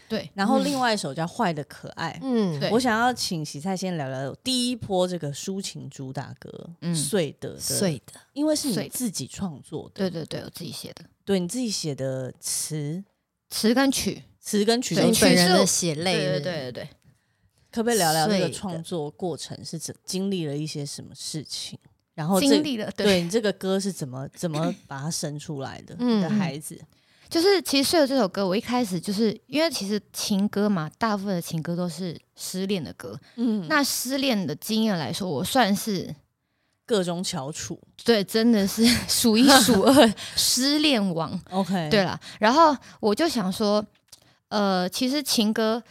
Speaker 2: 对，
Speaker 3: 然后
Speaker 1: 嗯
Speaker 3: 另外一首叫《坏的可爱》。
Speaker 1: 嗯，
Speaker 2: 对
Speaker 3: 我想要请洗菜先聊聊第一波这个抒情主打歌《
Speaker 2: 嗯
Speaker 3: 碎的》的，
Speaker 1: 碎的，
Speaker 3: 因为是
Speaker 2: 碎
Speaker 3: 你
Speaker 2: 的
Speaker 3: 自己创作的，
Speaker 2: 对对对，我自己写的
Speaker 3: 对你自己写的词
Speaker 2: 词跟曲，
Speaker 3: 词跟
Speaker 1: 是
Speaker 3: 曲
Speaker 2: 对
Speaker 3: 都
Speaker 1: 你
Speaker 2: 曲
Speaker 1: 本
Speaker 2: 是
Speaker 1: 人
Speaker 2: 我
Speaker 1: 的血泪，
Speaker 2: 对
Speaker 1: 是
Speaker 2: 对
Speaker 1: 不是
Speaker 2: 对对对。
Speaker 3: 可不可以聊聊这
Speaker 1: 碎
Speaker 3: 个
Speaker 1: 的
Speaker 3: 创作过程是怎经历了一些什么事情？然后哦这
Speaker 2: 经历了，对，
Speaker 3: 对你这个歌是怎么怎么把它生出来的？
Speaker 1: 嗯
Speaker 3: 你的孩子，
Speaker 2: 就是其实《睡了》这首歌，我一开始就是因为其实情歌嘛，大部分的情歌都是失恋的歌。
Speaker 3: 嗯，
Speaker 2: 那失恋的经验来说，我算是
Speaker 3: 各种翘楚
Speaker 2: 对，真的是 数一数二失恋王。
Speaker 3: ，OK，
Speaker 2: 对，啦，然后我就想说，呃，其实情歌，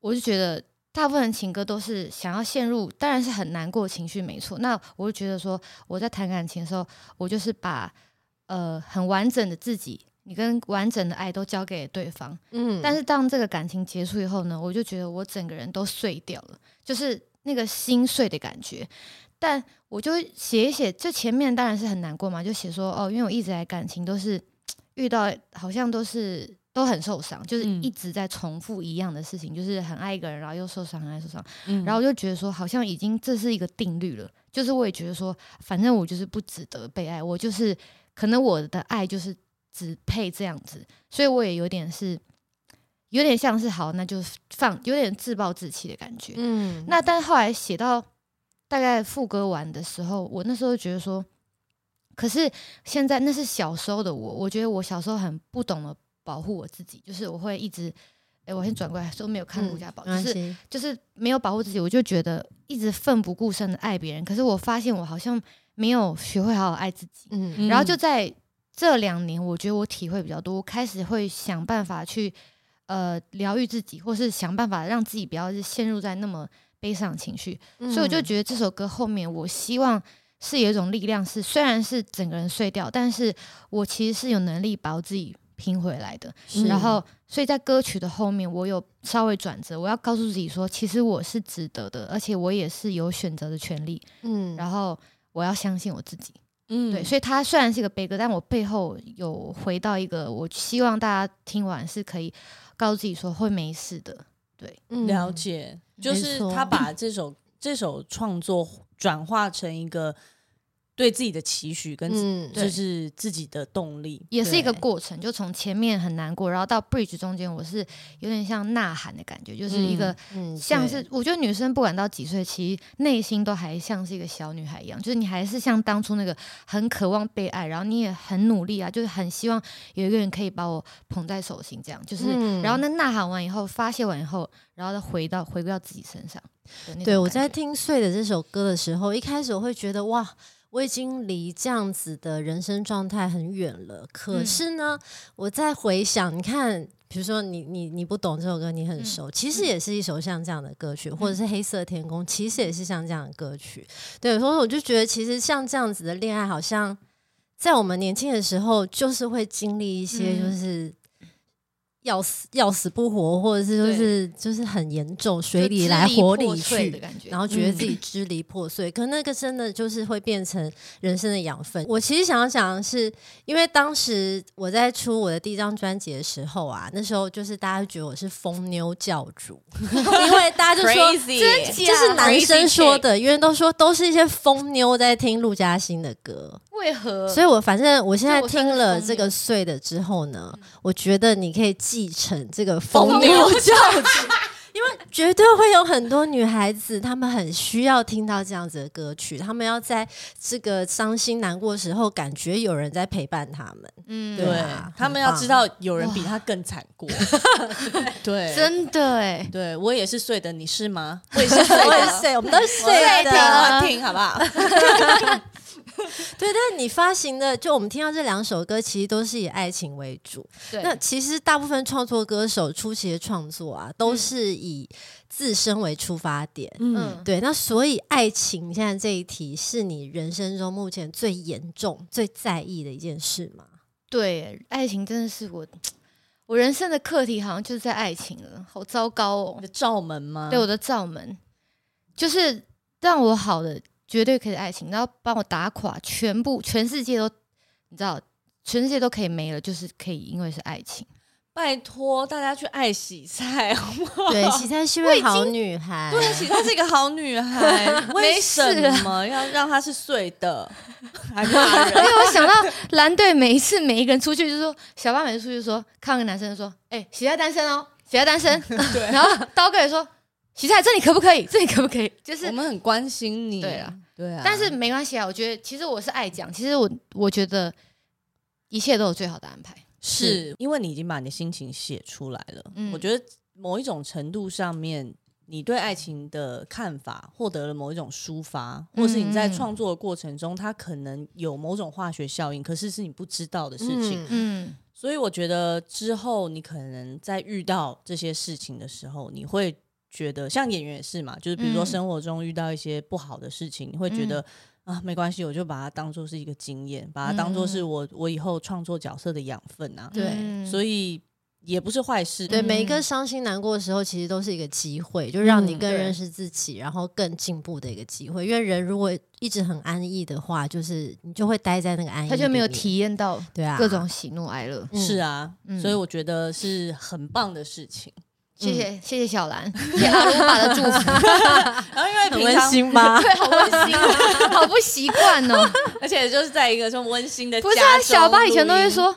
Speaker 2: 我就觉得大部分情歌都是想要陷入，当然是很难过的情绪，没错。那我就觉得说，我在谈感情的时候，我就是把呃很完整的自己，你跟完整的爱都交给对方。
Speaker 1: 嗯
Speaker 2: 但是当这个感情结束以后呢，我就觉得我整个人都碎掉了，就是那个心碎的感觉。但我就写一写，这前面当然是很难过嘛，就写说哦，因为我一直来感情都是遇到，好像都是都很受伤，就是
Speaker 3: 嗯
Speaker 2: 一直在重复一样的事情，就是很爱一个人，然后又受伤，很爱受伤，
Speaker 3: 嗯
Speaker 2: 然后我就觉得说，好像已经这是一个定律了。就是我也觉得说，反正我就是不值得被爱，我就是可能我的爱就是只配这样子，所以我也有点是，有点像是好，那就放，有点自暴自弃的感觉。
Speaker 1: 嗯
Speaker 2: 那但后来写到大概副歌完的时候，我那时候觉得说，可是现在那是小时候的我，我觉得我小时候很不懂得保护我自己，就是我会一直，哎、我先转过来说没有看顾家宝，
Speaker 1: 嗯没关
Speaker 2: 就是
Speaker 1: 系
Speaker 2: 就是没有保护自己，我就觉得一直奋不顾身的爱别人。可是我发现我好像没有学会好好爱自己。
Speaker 1: 嗯
Speaker 2: 然后就在这两年，我觉得我体会比较多，我开始会想办法去呃疗愈自己，或是想办法让自己不要是陷入在那么悲伤的情绪。
Speaker 1: 嗯
Speaker 2: 所以我就觉得这首歌后面，我希望是有一种力量是，虽然是整个人碎掉，但是我其实是有能力把我自己拼回来的。
Speaker 1: 是
Speaker 3: 嗯
Speaker 2: 然后，所以在歌曲的后面，我有稍微转折，我要告诉自己说，其实我是值得的，而且我也是有选择的权利。
Speaker 1: 嗯
Speaker 2: 然后，我要相信我自己。
Speaker 3: 嗯
Speaker 2: 对，所以它虽然是一个悲歌，但我背后有回到一个，我希望大家听完是可以告诉自己说会没事的。
Speaker 1: 嗯
Speaker 3: 了解，就
Speaker 1: 没
Speaker 3: 是
Speaker 1: 错
Speaker 3: 他把这首这首创作转化成一个对自己的期许跟自、
Speaker 1: 嗯
Speaker 3: 就
Speaker 2: 对
Speaker 3: 是自己的动力，
Speaker 2: 也是一个
Speaker 3: 对
Speaker 2: 过程，就从前面很难过，然后到 bridge 中间，我是有点像呐喊的感觉，就是一个
Speaker 1: 嗯
Speaker 2: 像
Speaker 3: 对
Speaker 2: 是、我觉得女生不管到几岁，其实内心都还像是一个小女孩一样，就是你还是像当初那个很渴望被爱，然后你也很努力啊，就是很希望有一个人可以把我捧在手心，这样就是，
Speaker 1: 嗯
Speaker 2: 然后那呐喊完以后，发泄完以后，然后再回到回归到自己身上的那种感觉。
Speaker 1: 对，我在听《碎》的这首歌的时候，一开始我会觉得哇，我已经离这样子的人生状态很远了。可
Speaker 2: 嗯
Speaker 1: 是呢，我在回想，你看，比如说你你你不懂这首歌，你很
Speaker 2: 嗯
Speaker 1: 熟，其实也是一首像这样的歌曲，或者是《黑色天空》，其实也是像这样的歌曲。对，所以我就觉得，其实像这样子的恋爱，好像在我们年轻的时候，就是会经历一些
Speaker 2: 嗯
Speaker 1: 就是。要死要死不活，或者是就
Speaker 2: 对
Speaker 1: 是就是很严重，水
Speaker 2: 就
Speaker 1: 里
Speaker 2: 支
Speaker 1: 来
Speaker 2: 离
Speaker 1: 火
Speaker 2: 破
Speaker 1: 里
Speaker 2: 碎
Speaker 1: 去
Speaker 2: 的，感觉，
Speaker 1: 然后觉得自己支离破碎，可那个真的就是会变成人生的养分。我其实想要讲的是，因为当时我在出我的第一张专辑的时候啊，那时候就是大家觉得我是疯妞教主，因为大家就说
Speaker 3: Crazy
Speaker 1: 这是男生说的，因为都说都是一些疯妞在听陆嘉欣的歌，
Speaker 2: 为何？
Speaker 1: 所以我反正我现在
Speaker 2: 这我算
Speaker 1: 听
Speaker 2: 是
Speaker 1: 了
Speaker 2: 疯
Speaker 1: 这个
Speaker 2: 妞
Speaker 1: 碎的之后呢，我觉得你可以继承这个
Speaker 3: 疯
Speaker 1: 疯妞
Speaker 3: 牛教主，
Speaker 1: 绝对会有很多女孩子，她们很需要听到这样子的歌曲，她们要在这个伤心难过的时候，感觉有人在陪伴她们。
Speaker 2: 嗯
Speaker 1: 对
Speaker 3: 对
Speaker 1: 啊
Speaker 3: 他们
Speaker 1: 很
Speaker 3: 要
Speaker 1: 棒
Speaker 3: 知道有人比他更惨 过，对，
Speaker 2: 真的啊哎、
Speaker 3: 对我也是碎的，你是吗？
Speaker 1: 我也是碎，我也是碎，我们都是碎
Speaker 3: 听
Speaker 1: 的。
Speaker 2: 啊
Speaker 3: 我听好不好？
Speaker 1: 对，但是你发行的，就我们听到这两首歌，其实都是以爱情为主。
Speaker 2: 对嗯
Speaker 1: 那其实大部分创作歌手初期的创作啊，都是以自身为出发点。
Speaker 3: 嗯，
Speaker 1: 对，那所以爱情现在这一题是你人生中目前最严重、最在意的一件事吗？
Speaker 2: 对，爱情真的是我，我人生的课题好像就是在爱情了，好糟糕哦
Speaker 3: 你的。罩门吗？
Speaker 2: 对我的罩门，就是让我好的绝对可以的爱情，然后帮我打垮全部，全世界都你知道，全世界都可以没了，就是可以因为是爱情。
Speaker 3: 拜托大家去爱喜菜，好不 好？
Speaker 1: 对，其才是位好女孩。
Speaker 3: 对，喜菜是一个好女孩，为
Speaker 2: 没
Speaker 3: 什
Speaker 2: 事啊
Speaker 3: 么要让她是碎的？还骂人？
Speaker 2: 因为我想到蓝队每一次每一个人出去就说，小八每次出去说看到个男生就说，哎、喜在单身哦，喜在单身，然后刀哥也说，喜在这里可不可以？这里可不可以？就 是
Speaker 3: 我们很关心你，
Speaker 2: 对啊，
Speaker 3: 对啊。
Speaker 2: 但是没关系啊，我觉得其实我是爱讲，其实我我觉得一切都有最好的安排。
Speaker 3: 是因为你已经把你的心情写出来了，
Speaker 2: 嗯
Speaker 3: 我觉得某一种程度上面，你对爱情的看法获得了某一种抒发，或是你在
Speaker 2: 嗯
Speaker 3: 创作的过程中，它可能有某种化学效应，可是是你不知道的事情。
Speaker 1: 嗯
Speaker 2: 嗯，
Speaker 3: 所以我觉得之后你可能在遇到这些事情的时候，你会觉得像演员也是嘛，就是比如说
Speaker 2: 嗯
Speaker 3: 生活中遇到一些不好的事情，你会觉得、啊，没关系，我就把它当做是一个经验，把它当做
Speaker 2: 嗯
Speaker 3: 是我、我以后创作角色的养分啊，
Speaker 1: 对
Speaker 3: 所以也不是坏事。
Speaker 1: 对，
Speaker 2: 嗯
Speaker 1: 每一个伤心难过的时候，其实都是一个机会，就让你
Speaker 3: 嗯
Speaker 1: 更
Speaker 2: 对
Speaker 1: 认识自己，然后更进步的一个机会。因为人如果一直很安逸的话，就是你就会待在那个安逸，
Speaker 2: 他就没有，体验到
Speaker 1: 对啊，
Speaker 2: 各种喜怒哀乐。
Speaker 1: 嗯
Speaker 3: 是啊，
Speaker 2: 嗯
Speaker 3: 所以我觉得是很棒的事情。
Speaker 2: 谢谢谢谢小 兰，谢谢阿鲁巴的祝福，
Speaker 3: 然后因为
Speaker 1: 很
Speaker 3: 平
Speaker 1: 温
Speaker 3: 常，
Speaker 1: 馨吧？
Speaker 2: 对，好温馨哦，好不习惯哦。
Speaker 3: 而且就是在一个这么温馨的
Speaker 2: 不是
Speaker 3: 家
Speaker 2: 啊，
Speaker 3: 中
Speaker 2: 小巴以前都
Speaker 3: 录
Speaker 2: 会
Speaker 3: 音，
Speaker 2: 说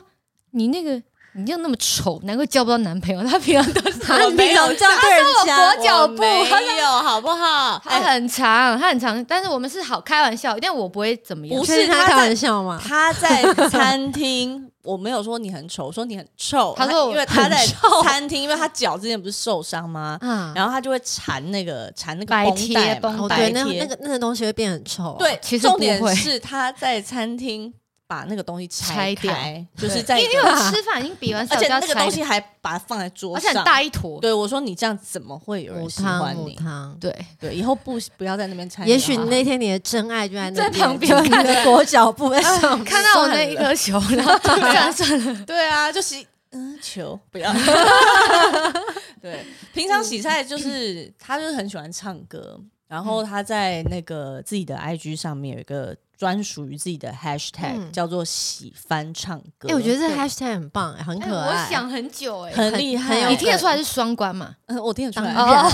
Speaker 2: 你那个你就那么丑，难怪交不到男朋 友。他平常都是
Speaker 1: 啊，你平常这样对人
Speaker 2: 他
Speaker 1: 家
Speaker 2: 说我，跛脚步
Speaker 3: 啊我没有好不好？
Speaker 2: 他
Speaker 3: 哎，
Speaker 2: 很长，他很长，但是我们是好开玩笑，但我不会怎么样
Speaker 3: 不。
Speaker 1: 确定
Speaker 3: 是
Speaker 1: 他
Speaker 3: 他
Speaker 1: 开
Speaker 3: 在
Speaker 1: 玩笑吗？
Speaker 3: 他在餐厅， 我没有说你很丑，我说你很臭。
Speaker 2: 他说我
Speaker 3: 因为他在
Speaker 2: 很臭
Speaker 3: 餐厅，因为他脚之前不是受伤吗？
Speaker 2: 啊，
Speaker 3: 然后他就会缠那个缠那个
Speaker 2: 白
Speaker 3: 绷带
Speaker 2: 贴
Speaker 3: 嘛，
Speaker 2: 绷
Speaker 1: 哦，
Speaker 2: 带
Speaker 1: 对，
Speaker 3: 白
Speaker 1: 那
Speaker 3: 贴
Speaker 1: 那个那个东西会变很丑啊、
Speaker 3: 对，
Speaker 2: 哦其实
Speaker 3: 重
Speaker 2: 不会
Speaker 3: 点是他在餐厅把那个东西拆
Speaker 2: 拆掉
Speaker 3: 开，就是在一
Speaker 2: 因
Speaker 3: 个
Speaker 2: 为 我吃饭已经比完
Speaker 3: 而
Speaker 2: 赛，
Speaker 3: 且
Speaker 2: 我就要
Speaker 3: 那个东
Speaker 2: 拆
Speaker 3: 西还把它放在桌
Speaker 2: 而且很
Speaker 3: 上。
Speaker 2: 大一坨。
Speaker 3: 对我说：“你这样怎么会有
Speaker 1: 母
Speaker 3: 人喜欢
Speaker 1: 汤母
Speaker 3: 你？
Speaker 1: 汤。
Speaker 2: 对，
Speaker 3: 对，以后不不要在那边拆。
Speaker 1: 也许你那天你的真爱就在那
Speaker 2: 在
Speaker 1: 边
Speaker 2: 旁边
Speaker 1: 就你的裹脚布 在上面，
Speaker 2: 看到我那一颗球，然后算了算 了，
Speaker 3: 对啊，就是嗯，球 不要。对，平常喜菜就是他就是很喜欢唱歌，然
Speaker 1: 嗯
Speaker 3: 后他在那个自己的 IG 上面有一个专属于自己的 hashtag，、
Speaker 1: 嗯
Speaker 3: 叫做“喜翻唱歌”。
Speaker 1: 哎、我觉得这
Speaker 2: 对
Speaker 1: hashtag 很棒、很可爱。
Speaker 2: 我想很久哎，
Speaker 3: 很厉害
Speaker 1: 很有
Speaker 2: 你听得出来是双关嘛？
Speaker 3: 嗯，我听得出来。
Speaker 1: 当然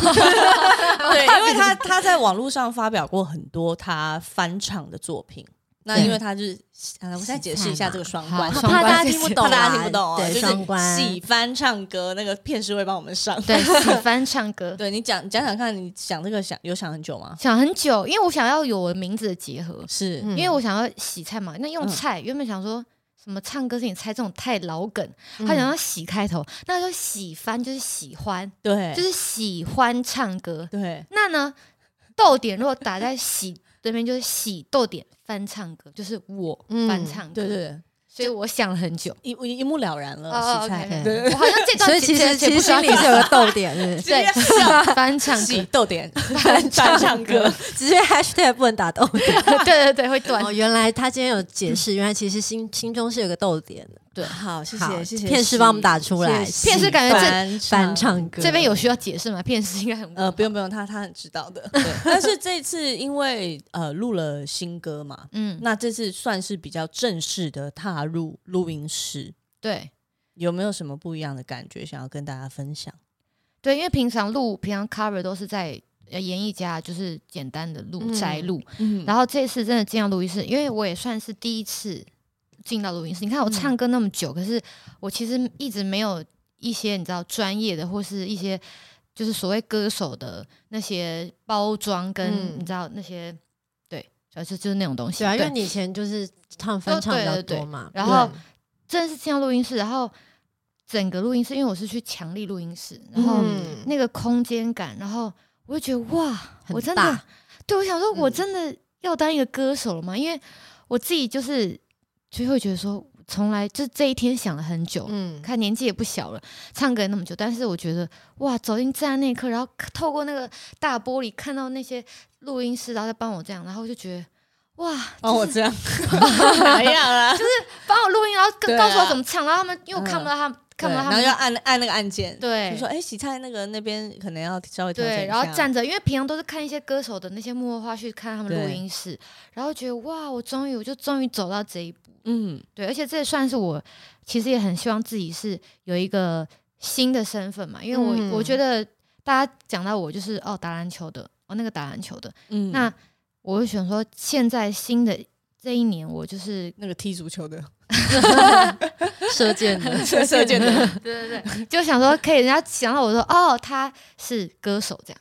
Speaker 3: 对，因为他他在网络上发表过很多他翻唱的作品。那因为他就是，啊、我再解释一下这个双关，
Speaker 1: 我
Speaker 2: 好
Speaker 1: 怕大家
Speaker 2: 双关
Speaker 1: 听不
Speaker 2: 谢谢
Speaker 1: 懂、啊，
Speaker 3: 怕大家听不懂哦、
Speaker 1: 对，
Speaker 3: 就是
Speaker 1: 双关
Speaker 3: 喜翻唱歌，那个片师会帮我们上。
Speaker 2: 对，喜欢唱歌，
Speaker 3: 对你讲讲讲看，你想这个想有想很久吗？
Speaker 2: 想很久，因为我想要有我的名字的结合，
Speaker 3: 是，
Speaker 1: 嗯
Speaker 2: 因为我想要洗菜嘛。那用
Speaker 3: 嗯
Speaker 2: 菜原本想说什么唱歌是你猜这种太老梗，
Speaker 1: 嗯
Speaker 2: 他想要喜开头，那就喜欢就是喜欢，
Speaker 3: 对，
Speaker 2: 就是喜欢唱歌。
Speaker 3: 对，
Speaker 2: 那呢，逗点如果打在喜这边就是喜逗点翻唱歌，就是我
Speaker 1: 嗯
Speaker 2: 翻唱歌。
Speaker 3: 对对，对，
Speaker 2: 所以我想了很久。
Speaker 3: 一一一目了然了。
Speaker 2: 哦
Speaker 3: 喜呃菜，
Speaker 2: ，OK，
Speaker 1: 对
Speaker 2: 我好像这 段
Speaker 1: 所以其实
Speaker 2: 这
Speaker 1: 其实心里
Speaker 2: 这
Speaker 1: 是有个逗点，是不是
Speaker 2: 对啊
Speaker 3: 直接笑
Speaker 2: 翻唱
Speaker 3: 喜
Speaker 2: 歌，
Speaker 3: 逗点翻唱歌，
Speaker 1: 直接 hashtag 不能打逗点。
Speaker 2: 对对对，会断
Speaker 1: 哦，。原来他今天有解释，原来其实心心中是有个逗点的。
Speaker 2: 对
Speaker 3: 好，谢
Speaker 1: 好
Speaker 3: 谢谢谢喜，
Speaker 1: 片师帮我们打出来
Speaker 3: 谢谢
Speaker 2: 片师感觉这
Speaker 3: 翻
Speaker 1: 翻唱歌
Speaker 2: 这边有需要解释吗？片师应该很
Speaker 3: 呃，不用不用，他他很知道的。对， 但是这次因为呃录了新歌嘛，
Speaker 2: 嗯，
Speaker 3: 那这次算是比较正式的踏入录音室，
Speaker 2: 对。
Speaker 3: 有没有什么不一样的感觉想要跟大家分享？
Speaker 2: 对，因为平常录平常 cover 都是在呃演艺家，就是简单的录
Speaker 1: 嗯
Speaker 2: 摘录。
Speaker 3: 嗯，
Speaker 2: 然后这次真的进到录音室，因为我也算是第一次进到录音室。你看
Speaker 1: 嗯
Speaker 2: 我唱歌那么久，可是我其实一直没有一些你知道专业的或是一些就是所谓歌手的那些包装跟、
Speaker 1: 嗯
Speaker 2: 你知道那些对，主要是就是那种东西。
Speaker 1: 对啊，因
Speaker 2: 对
Speaker 1: 为你以前就是唱翻唱比较多嘛，
Speaker 2: 对对对然后真的是进到录音室，然后整个录音室，因为我是去强力录音室，然后
Speaker 1: 嗯
Speaker 2: 那个空间感，然后我就觉得哇，
Speaker 1: 很
Speaker 2: 我真的
Speaker 1: 大，
Speaker 2: 对我想说，我
Speaker 3: 嗯
Speaker 2: 真的要当一个歌手了吗？因为我自己就是就会觉得说，从来就这一天想了很久。
Speaker 1: 嗯，
Speaker 2: 看年纪也不小了，唱歌也那么久，但是我觉得哇，走进站那一刻，然后透过那个大玻璃看到那些录音师，然后再帮我这样，然后我就觉得哇，
Speaker 3: 哦，
Speaker 2: 就
Speaker 3: 我
Speaker 2: 是
Speaker 3: 这样哪样啦？
Speaker 2: 帮我录音，然后跟
Speaker 3: 对啊嗯
Speaker 2: 告诉我怎么唱，然后他们因为我看不到他们，看
Speaker 3: 对
Speaker 2: 不到
Speaker 3: 然
Speaker 2: 他
Speaker 3: 后
Speaker 2: 们
Speaker 3: 就，按按那个按键，
Speaker 2: 对
Speaker 3: 就说哎，洗菜那个那边可能要稍微调整
Speaker 2: 对，
Speaker 3: 一
Speaker 2: 然后
Speaker 3: 下
Speaker 2: 站着，因为平常都是看一些歌手的那些幕后花絮，看他们录音室，然后觉得哇，我终于我就终于走到这一步，
Speaker 3: 嗯，
Speaker 2: 对，而且这也算是我其实也很希望自己是有一个新的身份嘛，因为我、
Speaker 1: 嗯
Speaker 2: 我觉得大家讲到我就是哦打篮球的，哦那个打篮球的，
Speaker 3: 嗯
Speaker 2: 那我就想说现在新的这一年我就是
Speaker 3: 那个踢足球的
Speaker 1: 射箭的，
Speaker 3: 射箭的，
Speaker 2: 对对对， 就想说可以人家想到我说哦他是歌手这样。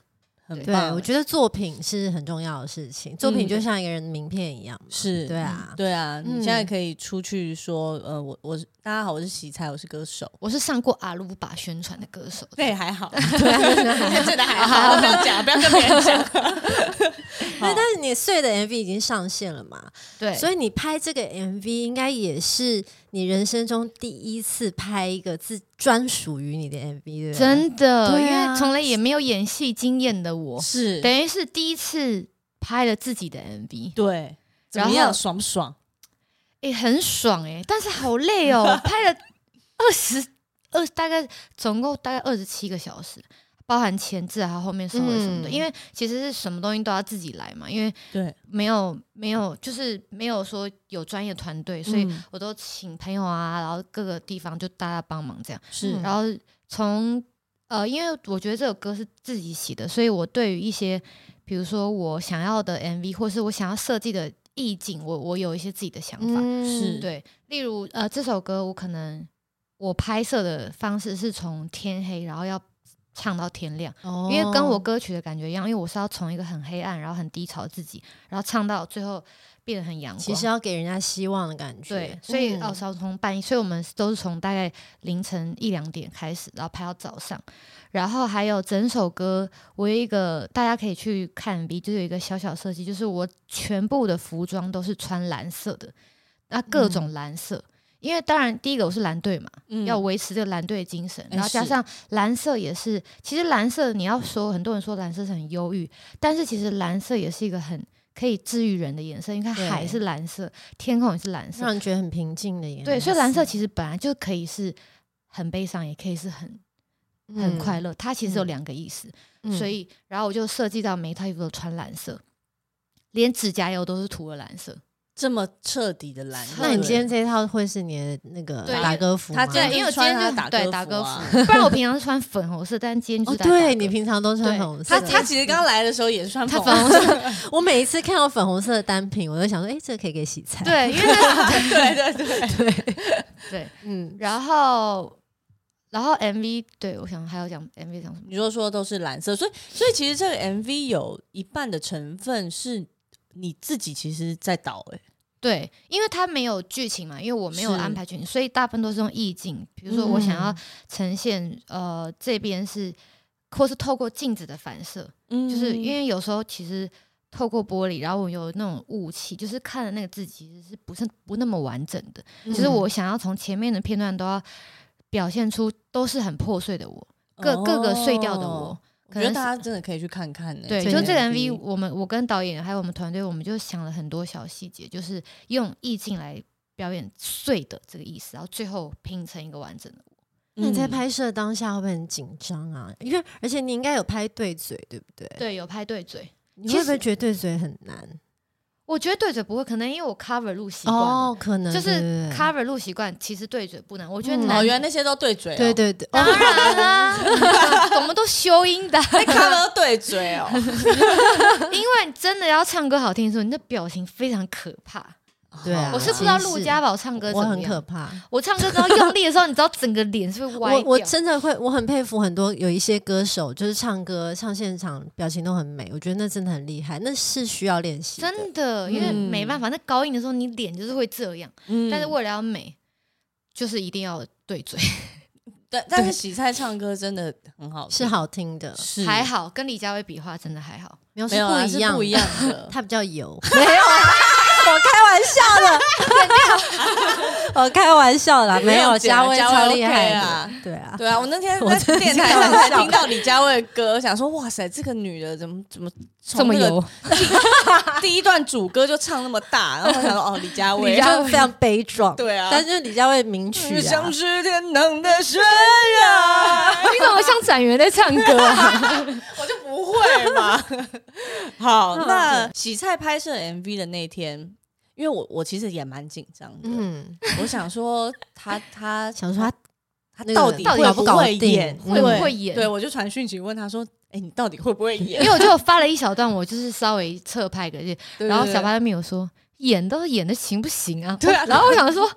Speaker 3: 很
Speaker 1: 对，
Speaker 3: 棒，
Speaker 1: 我觉得作品是很重要的事情，作品
Speaker 3: 嗯
Speaker 1: 就像一个人的名片一样嘛，
Speaker 3: 是
Speaker 1: 对啊，
Speaker 3: 对啊，
Speaker 1: 嗯
Speaker 3: 你现在可以出去说，呃，我我是大家好，我是洗菜，我是歌手。
Speaker 2: 我是上过阿鲁巴宣传的歌手，
Speaker 3: 那也还 好，
Speaker 1: 对啊，就是很
Speaker 3: 真的还好，不要讲，不要跟别人讲。
Speaker 1: 对，但是你碎的 MV 已经上线了嘛，
Speaker 2: 对，
Speaker 1: 所
Speaker 2: 以
Speaker 1: 以你拍这个 MV 应该也是你人生中第一次拍一个自专属于你的 MV，对不对？
Speaker 2: 真的，
Speaker 1: 对
Speaker 2: 因
Speaker 1: 啊
Speaker 2: 为从来也没有演戏经验的我，
Speaker 3: 是，
Speaker 2: 等于是第一次拍了自己的 MV，
Speaker 3: 对，怎么样，爽不爽？
Speaker 2: 诶、很爽诶、但是好 累哦，拍了二十二，大概总共大概二十七个小时，包含前置啊还有后面收尾什么的。
Speaker 1: 嗯
Speaker 2: 因为其实是什么东西都要自己来嘛，因为
Speaker 3: 对，
Speaker 2: 没有没有就是没有说有专业团队，所以
Speaker 3: 嗯
Speaker 2: 我都请朋友啊，然后各个地方就大家帮忙这样。
Speaker 3: 是
Speaker 1: 嗯
Speaker 2: 然后从呃，因为我觉得这首歌是自己写的，所以我对于一些比如说我想要的 MV 或是我想要设计的意境，我我有一些自己的想法。
Speaker 1: 嗯
Speaker 3: 是
Speaker 2: 对，例如呃，这首歌我可能我拍摄的方式是从天黑，然后要唱到天亮，
Speaker 1: 哦
Speaker 2: 因为跟我歌曲的感觉一样，因为我是要从一个很黑暗，然后很低潮的自己，然后唱到最后变得很阳光。
Speaker 1: 其实要给人家希望的感觉。
Speaker 2: 对，所以
Speaker 1: 嗯
Speaker 2: 哦，少从半夜，所以我们都是从大概凌晨一两点开始，然后拍到早上，然后还有整首歌，我有一个大家可以去看 V，就是有一个小小设计，就是我全部的服装都是穿蓝色的，那各种蓝色。因为当然，第一个我是蓝队嘛，
Speaker 3: 嗯
Speaker 2: 要维持这个蓝队的精神，
Speaker 3: 哎
Speaker 2: 然后加
Speaker 3: 是
Speaker 2: 上蓝色也是，其实蓝色你要说，很多人说蓝色是很忧郁，但是其实蓝色也是一个很可以治愈人的颜色。你看
Speaker 3: 对
Speaker 2: 海是蓝色，天空也是蓝色，
Speaker 1: 让人觉得很平静的颜色。
Speaker 2: 对，所以蓝色其实本来就可以是很悲伤，也可以是很很快乐，它其实有
Speaker 1: 嗯
Speaker 2: 两个意思。
Speaker 1: 嗯，
Speaker 2: 所以，然后我就设计到每一套衣服都穿蓝色，连指甲油都是涂了蓝色。
Speaker 3: 这么彻底的蓝。
Speaker 1: 那你今天这一套会是你的那个
Speaker 2: 对
Speaker 1: 打歌服吗？哦
Speaker 3: 他这样
Speaker 2: 对因为我今
Speaker 3: 穿
Speaker 2: 天
Speaker 3: 他
Speaker 2: 就
Speaker 3: 打
Speaker 2: 对
Speaker 3: 歌
Speaker 2: 打
Speaker 3: 服
Speaker 2: 歌
Speaker 3: 啊
Speaker 2: 服，不然我平常是穿粉红色，但今天就
Speaker 1: 哦，
Speaker 2: 是打打
Speaker 1: 对
Speaker 2: 歌
Speaker 1: 你平常都穿
Speaker 2: 对
Speaker 1: 粉红色
Speaker 3: 他
Speaker 1: 的，
Speaker 3: 他其实刚来的时候也是穿
Speaker 2: 他
Speaker 3: 红
Speaker 2: 粉红 色，
Speaker 1: 我每一次看到粉红色的单品，我都想说，哎、这个可以给洗菜。，
Speaker 2: 对，因为那是
Speaker 3: 对对对，
Speaker 2: 对，
Speaker 1: 嗯，
Speaker 2: 然后然后 MV 对我想还要讲 MV 讲什么？
Speaker 3: 你就说都是蓝色，所以所以其实这个 MV 有一半的成分是你自己其实在导哎、
Speaker 2: 对，因为它没有剧情嘛，因为我没有
Speaker 3: 是嗯
Speaker 2: 安排剧情，所以大部分都是用意境。比如说，我想要呈现、呃这边是，或是透过镜子的反射，
Speaker 3: 嗯
Speaker 2: 就是因为有时候其实透过玻璃，然后我有那种雾气，就是看的那个自己其实是不是不那么完整的。其实
Speaker 3: 嗯
Speaker 2: 我想要从前面的片段都要表现出都是很破碎的我，各、各个碎掉的我
Speaker 3: 哦。我
Speaker 2: 可
Speaker 3: 觉得
Speaker 2: 能
Speaker 3: 大
Speaker 2: 是
Speaker 3: 家真的可以去看看、欸。
Speaker 2: 对，
Speaker 1: 这
Speaker 2: 就
Speaker 1: 个
Speaker 2: 这个 MV，我们我跟导演还有我们团队，我们就想了很多小细节，就是用意境来表演碎的这个意思，然后最后拼成一个完整的。
Speaker 3: 嗯
Speaker 1: 那你在拍摄当下会不会很紧张啊？因为而且你应该有拍对嘴，对不对？，
Speaker 2: 对，有拍对嘴，
Speaker 1: 你会不
Speaker 2: 其
Speaker 1: 会
Speaker 2: 实
Speaker 1: 觉得对嘴很难？
Speaker 2: 我觉得对嘴不会，可能因为我 cover 录习惯了，
Speaker 1: 哦，可能
Speaker 2: 就
Speaker 1: 对
Speaker 2: 是
Speaker 1: 对
Speaker 2: cover 录习惯，其实对嘴不难。我觉得
Speaker 1: 嗯
Speaker 2: 难，
Speaker 3: 哦，原来那些都对嘴、哦，
Speaker 1: 对对对对，
Speaker 2: 当然 啦，我们都修音的，
Speaker 3: 那看到对嘴哦，
Speaker 2: 因为你真的要唱歌好听的时候，你的表情非常可怕。
Speaker 1: 对啊
Speaker 2: 我是不知
Speaker 1: 其
Speaker 2: 道
Speaker 1: 实
Speaker 2: 陆
Speaker 1: 是
Speaker 2: 家宝唱歌
Speaker 1: 我
Speaker 2: 怎么
Speaker 1: 很
Speaker 2: 样
Speaker 1: 可，怕。
Speaker 2: 我唱歌只要用力的时候，你知道整个脸是会歪
Speaker 1: 我我
Speaker 2: 掉
Speaker 1: 真的会，我很佩服很多有一些歌手，就是唱歌唱现场表情都很美，我觉得那真的很厉害，那是需要练习的。
Speaker 2: 真的，因为没办法，那高音的时候你脸就是会这样，
Speaker 3: 嗯
Speaker 2: 但是为了要美，就是一定要对嘴。
Speaker 3: 嗯但但是洗菜唱歌真的很好听，
Speaker 1: 是好听的，
Speaker 3: 是
Speaker 2: 还好跟李佳薇比话真的还好，
Speaker 1: 没有是
Speaker 3: 没有啊
Speaker 1: 不一
Speaker 3: 是
Speaker 1: 样，
Speaker 3: 不一样， 的。
Speaker 1: 它比较油。
Speaker 3: 没有啊，我开玩笑的，
Speaker 1: 我开玩笑啦，没有
Speaker 3: 嘉
Speaker 1: 嘉
Speaker 3: 威
Speaker 1: 威
Speaker 3: 啊嘉
Speaker 1: 超
Speaker 3: 威
Speaker 1: 厉害
Speaker 3: OK
Speaker 1: 的
Speaker 3: 啊，
Speaker 1: 对啊，
Speaker 3: 对啊，我那 天
Speaker 1: 我
Speaker 3: 在
Speaker 1: 真的
Speaker 3: 电
Speaker 1: 是
Speaker 3: 台
Speaker 1: 开
Speaker 3: 上
Speaker 1: 玩
Speaker 3: 才
Speaker 1: 笑
Speaker 3: 听到李佳薇的歌，想说哇塞，这个女的怎么怎么从那个， 第一段主歌就唱那么大，然后我想说哦，李佳薇
Speaker 1: 李，佳薇非常悲壮，
Speaker 3: 对啊嗯
Speaker 1: 但是李佳薇名曲啊
Speaker 3: 像，是天堂的悬崖，
Speaker 2: 你怎么像展元在唱歌啊？
Speaker 3: 我就不会嘛。 嗯好，那洗菜拍摄 MV 的那天，因为我我其实也蛮紧张的，
Speaker 1: 嗯，
Speaker 3: 我想说他他
Speaker 1: 想说他
Speaker 3: 他
Speaker 1: 那个
Speaker 3: 到底
Speaker 1: 到底
Speaker 3: 会
Speaker 1: 搞不搞
Speaker 3: 会
Speaker 1: 定
Speaker 3: 演，
Speaker 1: 嗯
Speaker 3: 对
Speaker 2: 会不会演
Speaker 3: 对我就传讯息问他说：“哎，你到底会不会演
Speaker 2: 因为我就发了一小段，我就是稍微侧拍个，？”
Speaker 3: 对
Speaker 2: 然后小，八就没有说演都演的行不行啊？对然后我想说。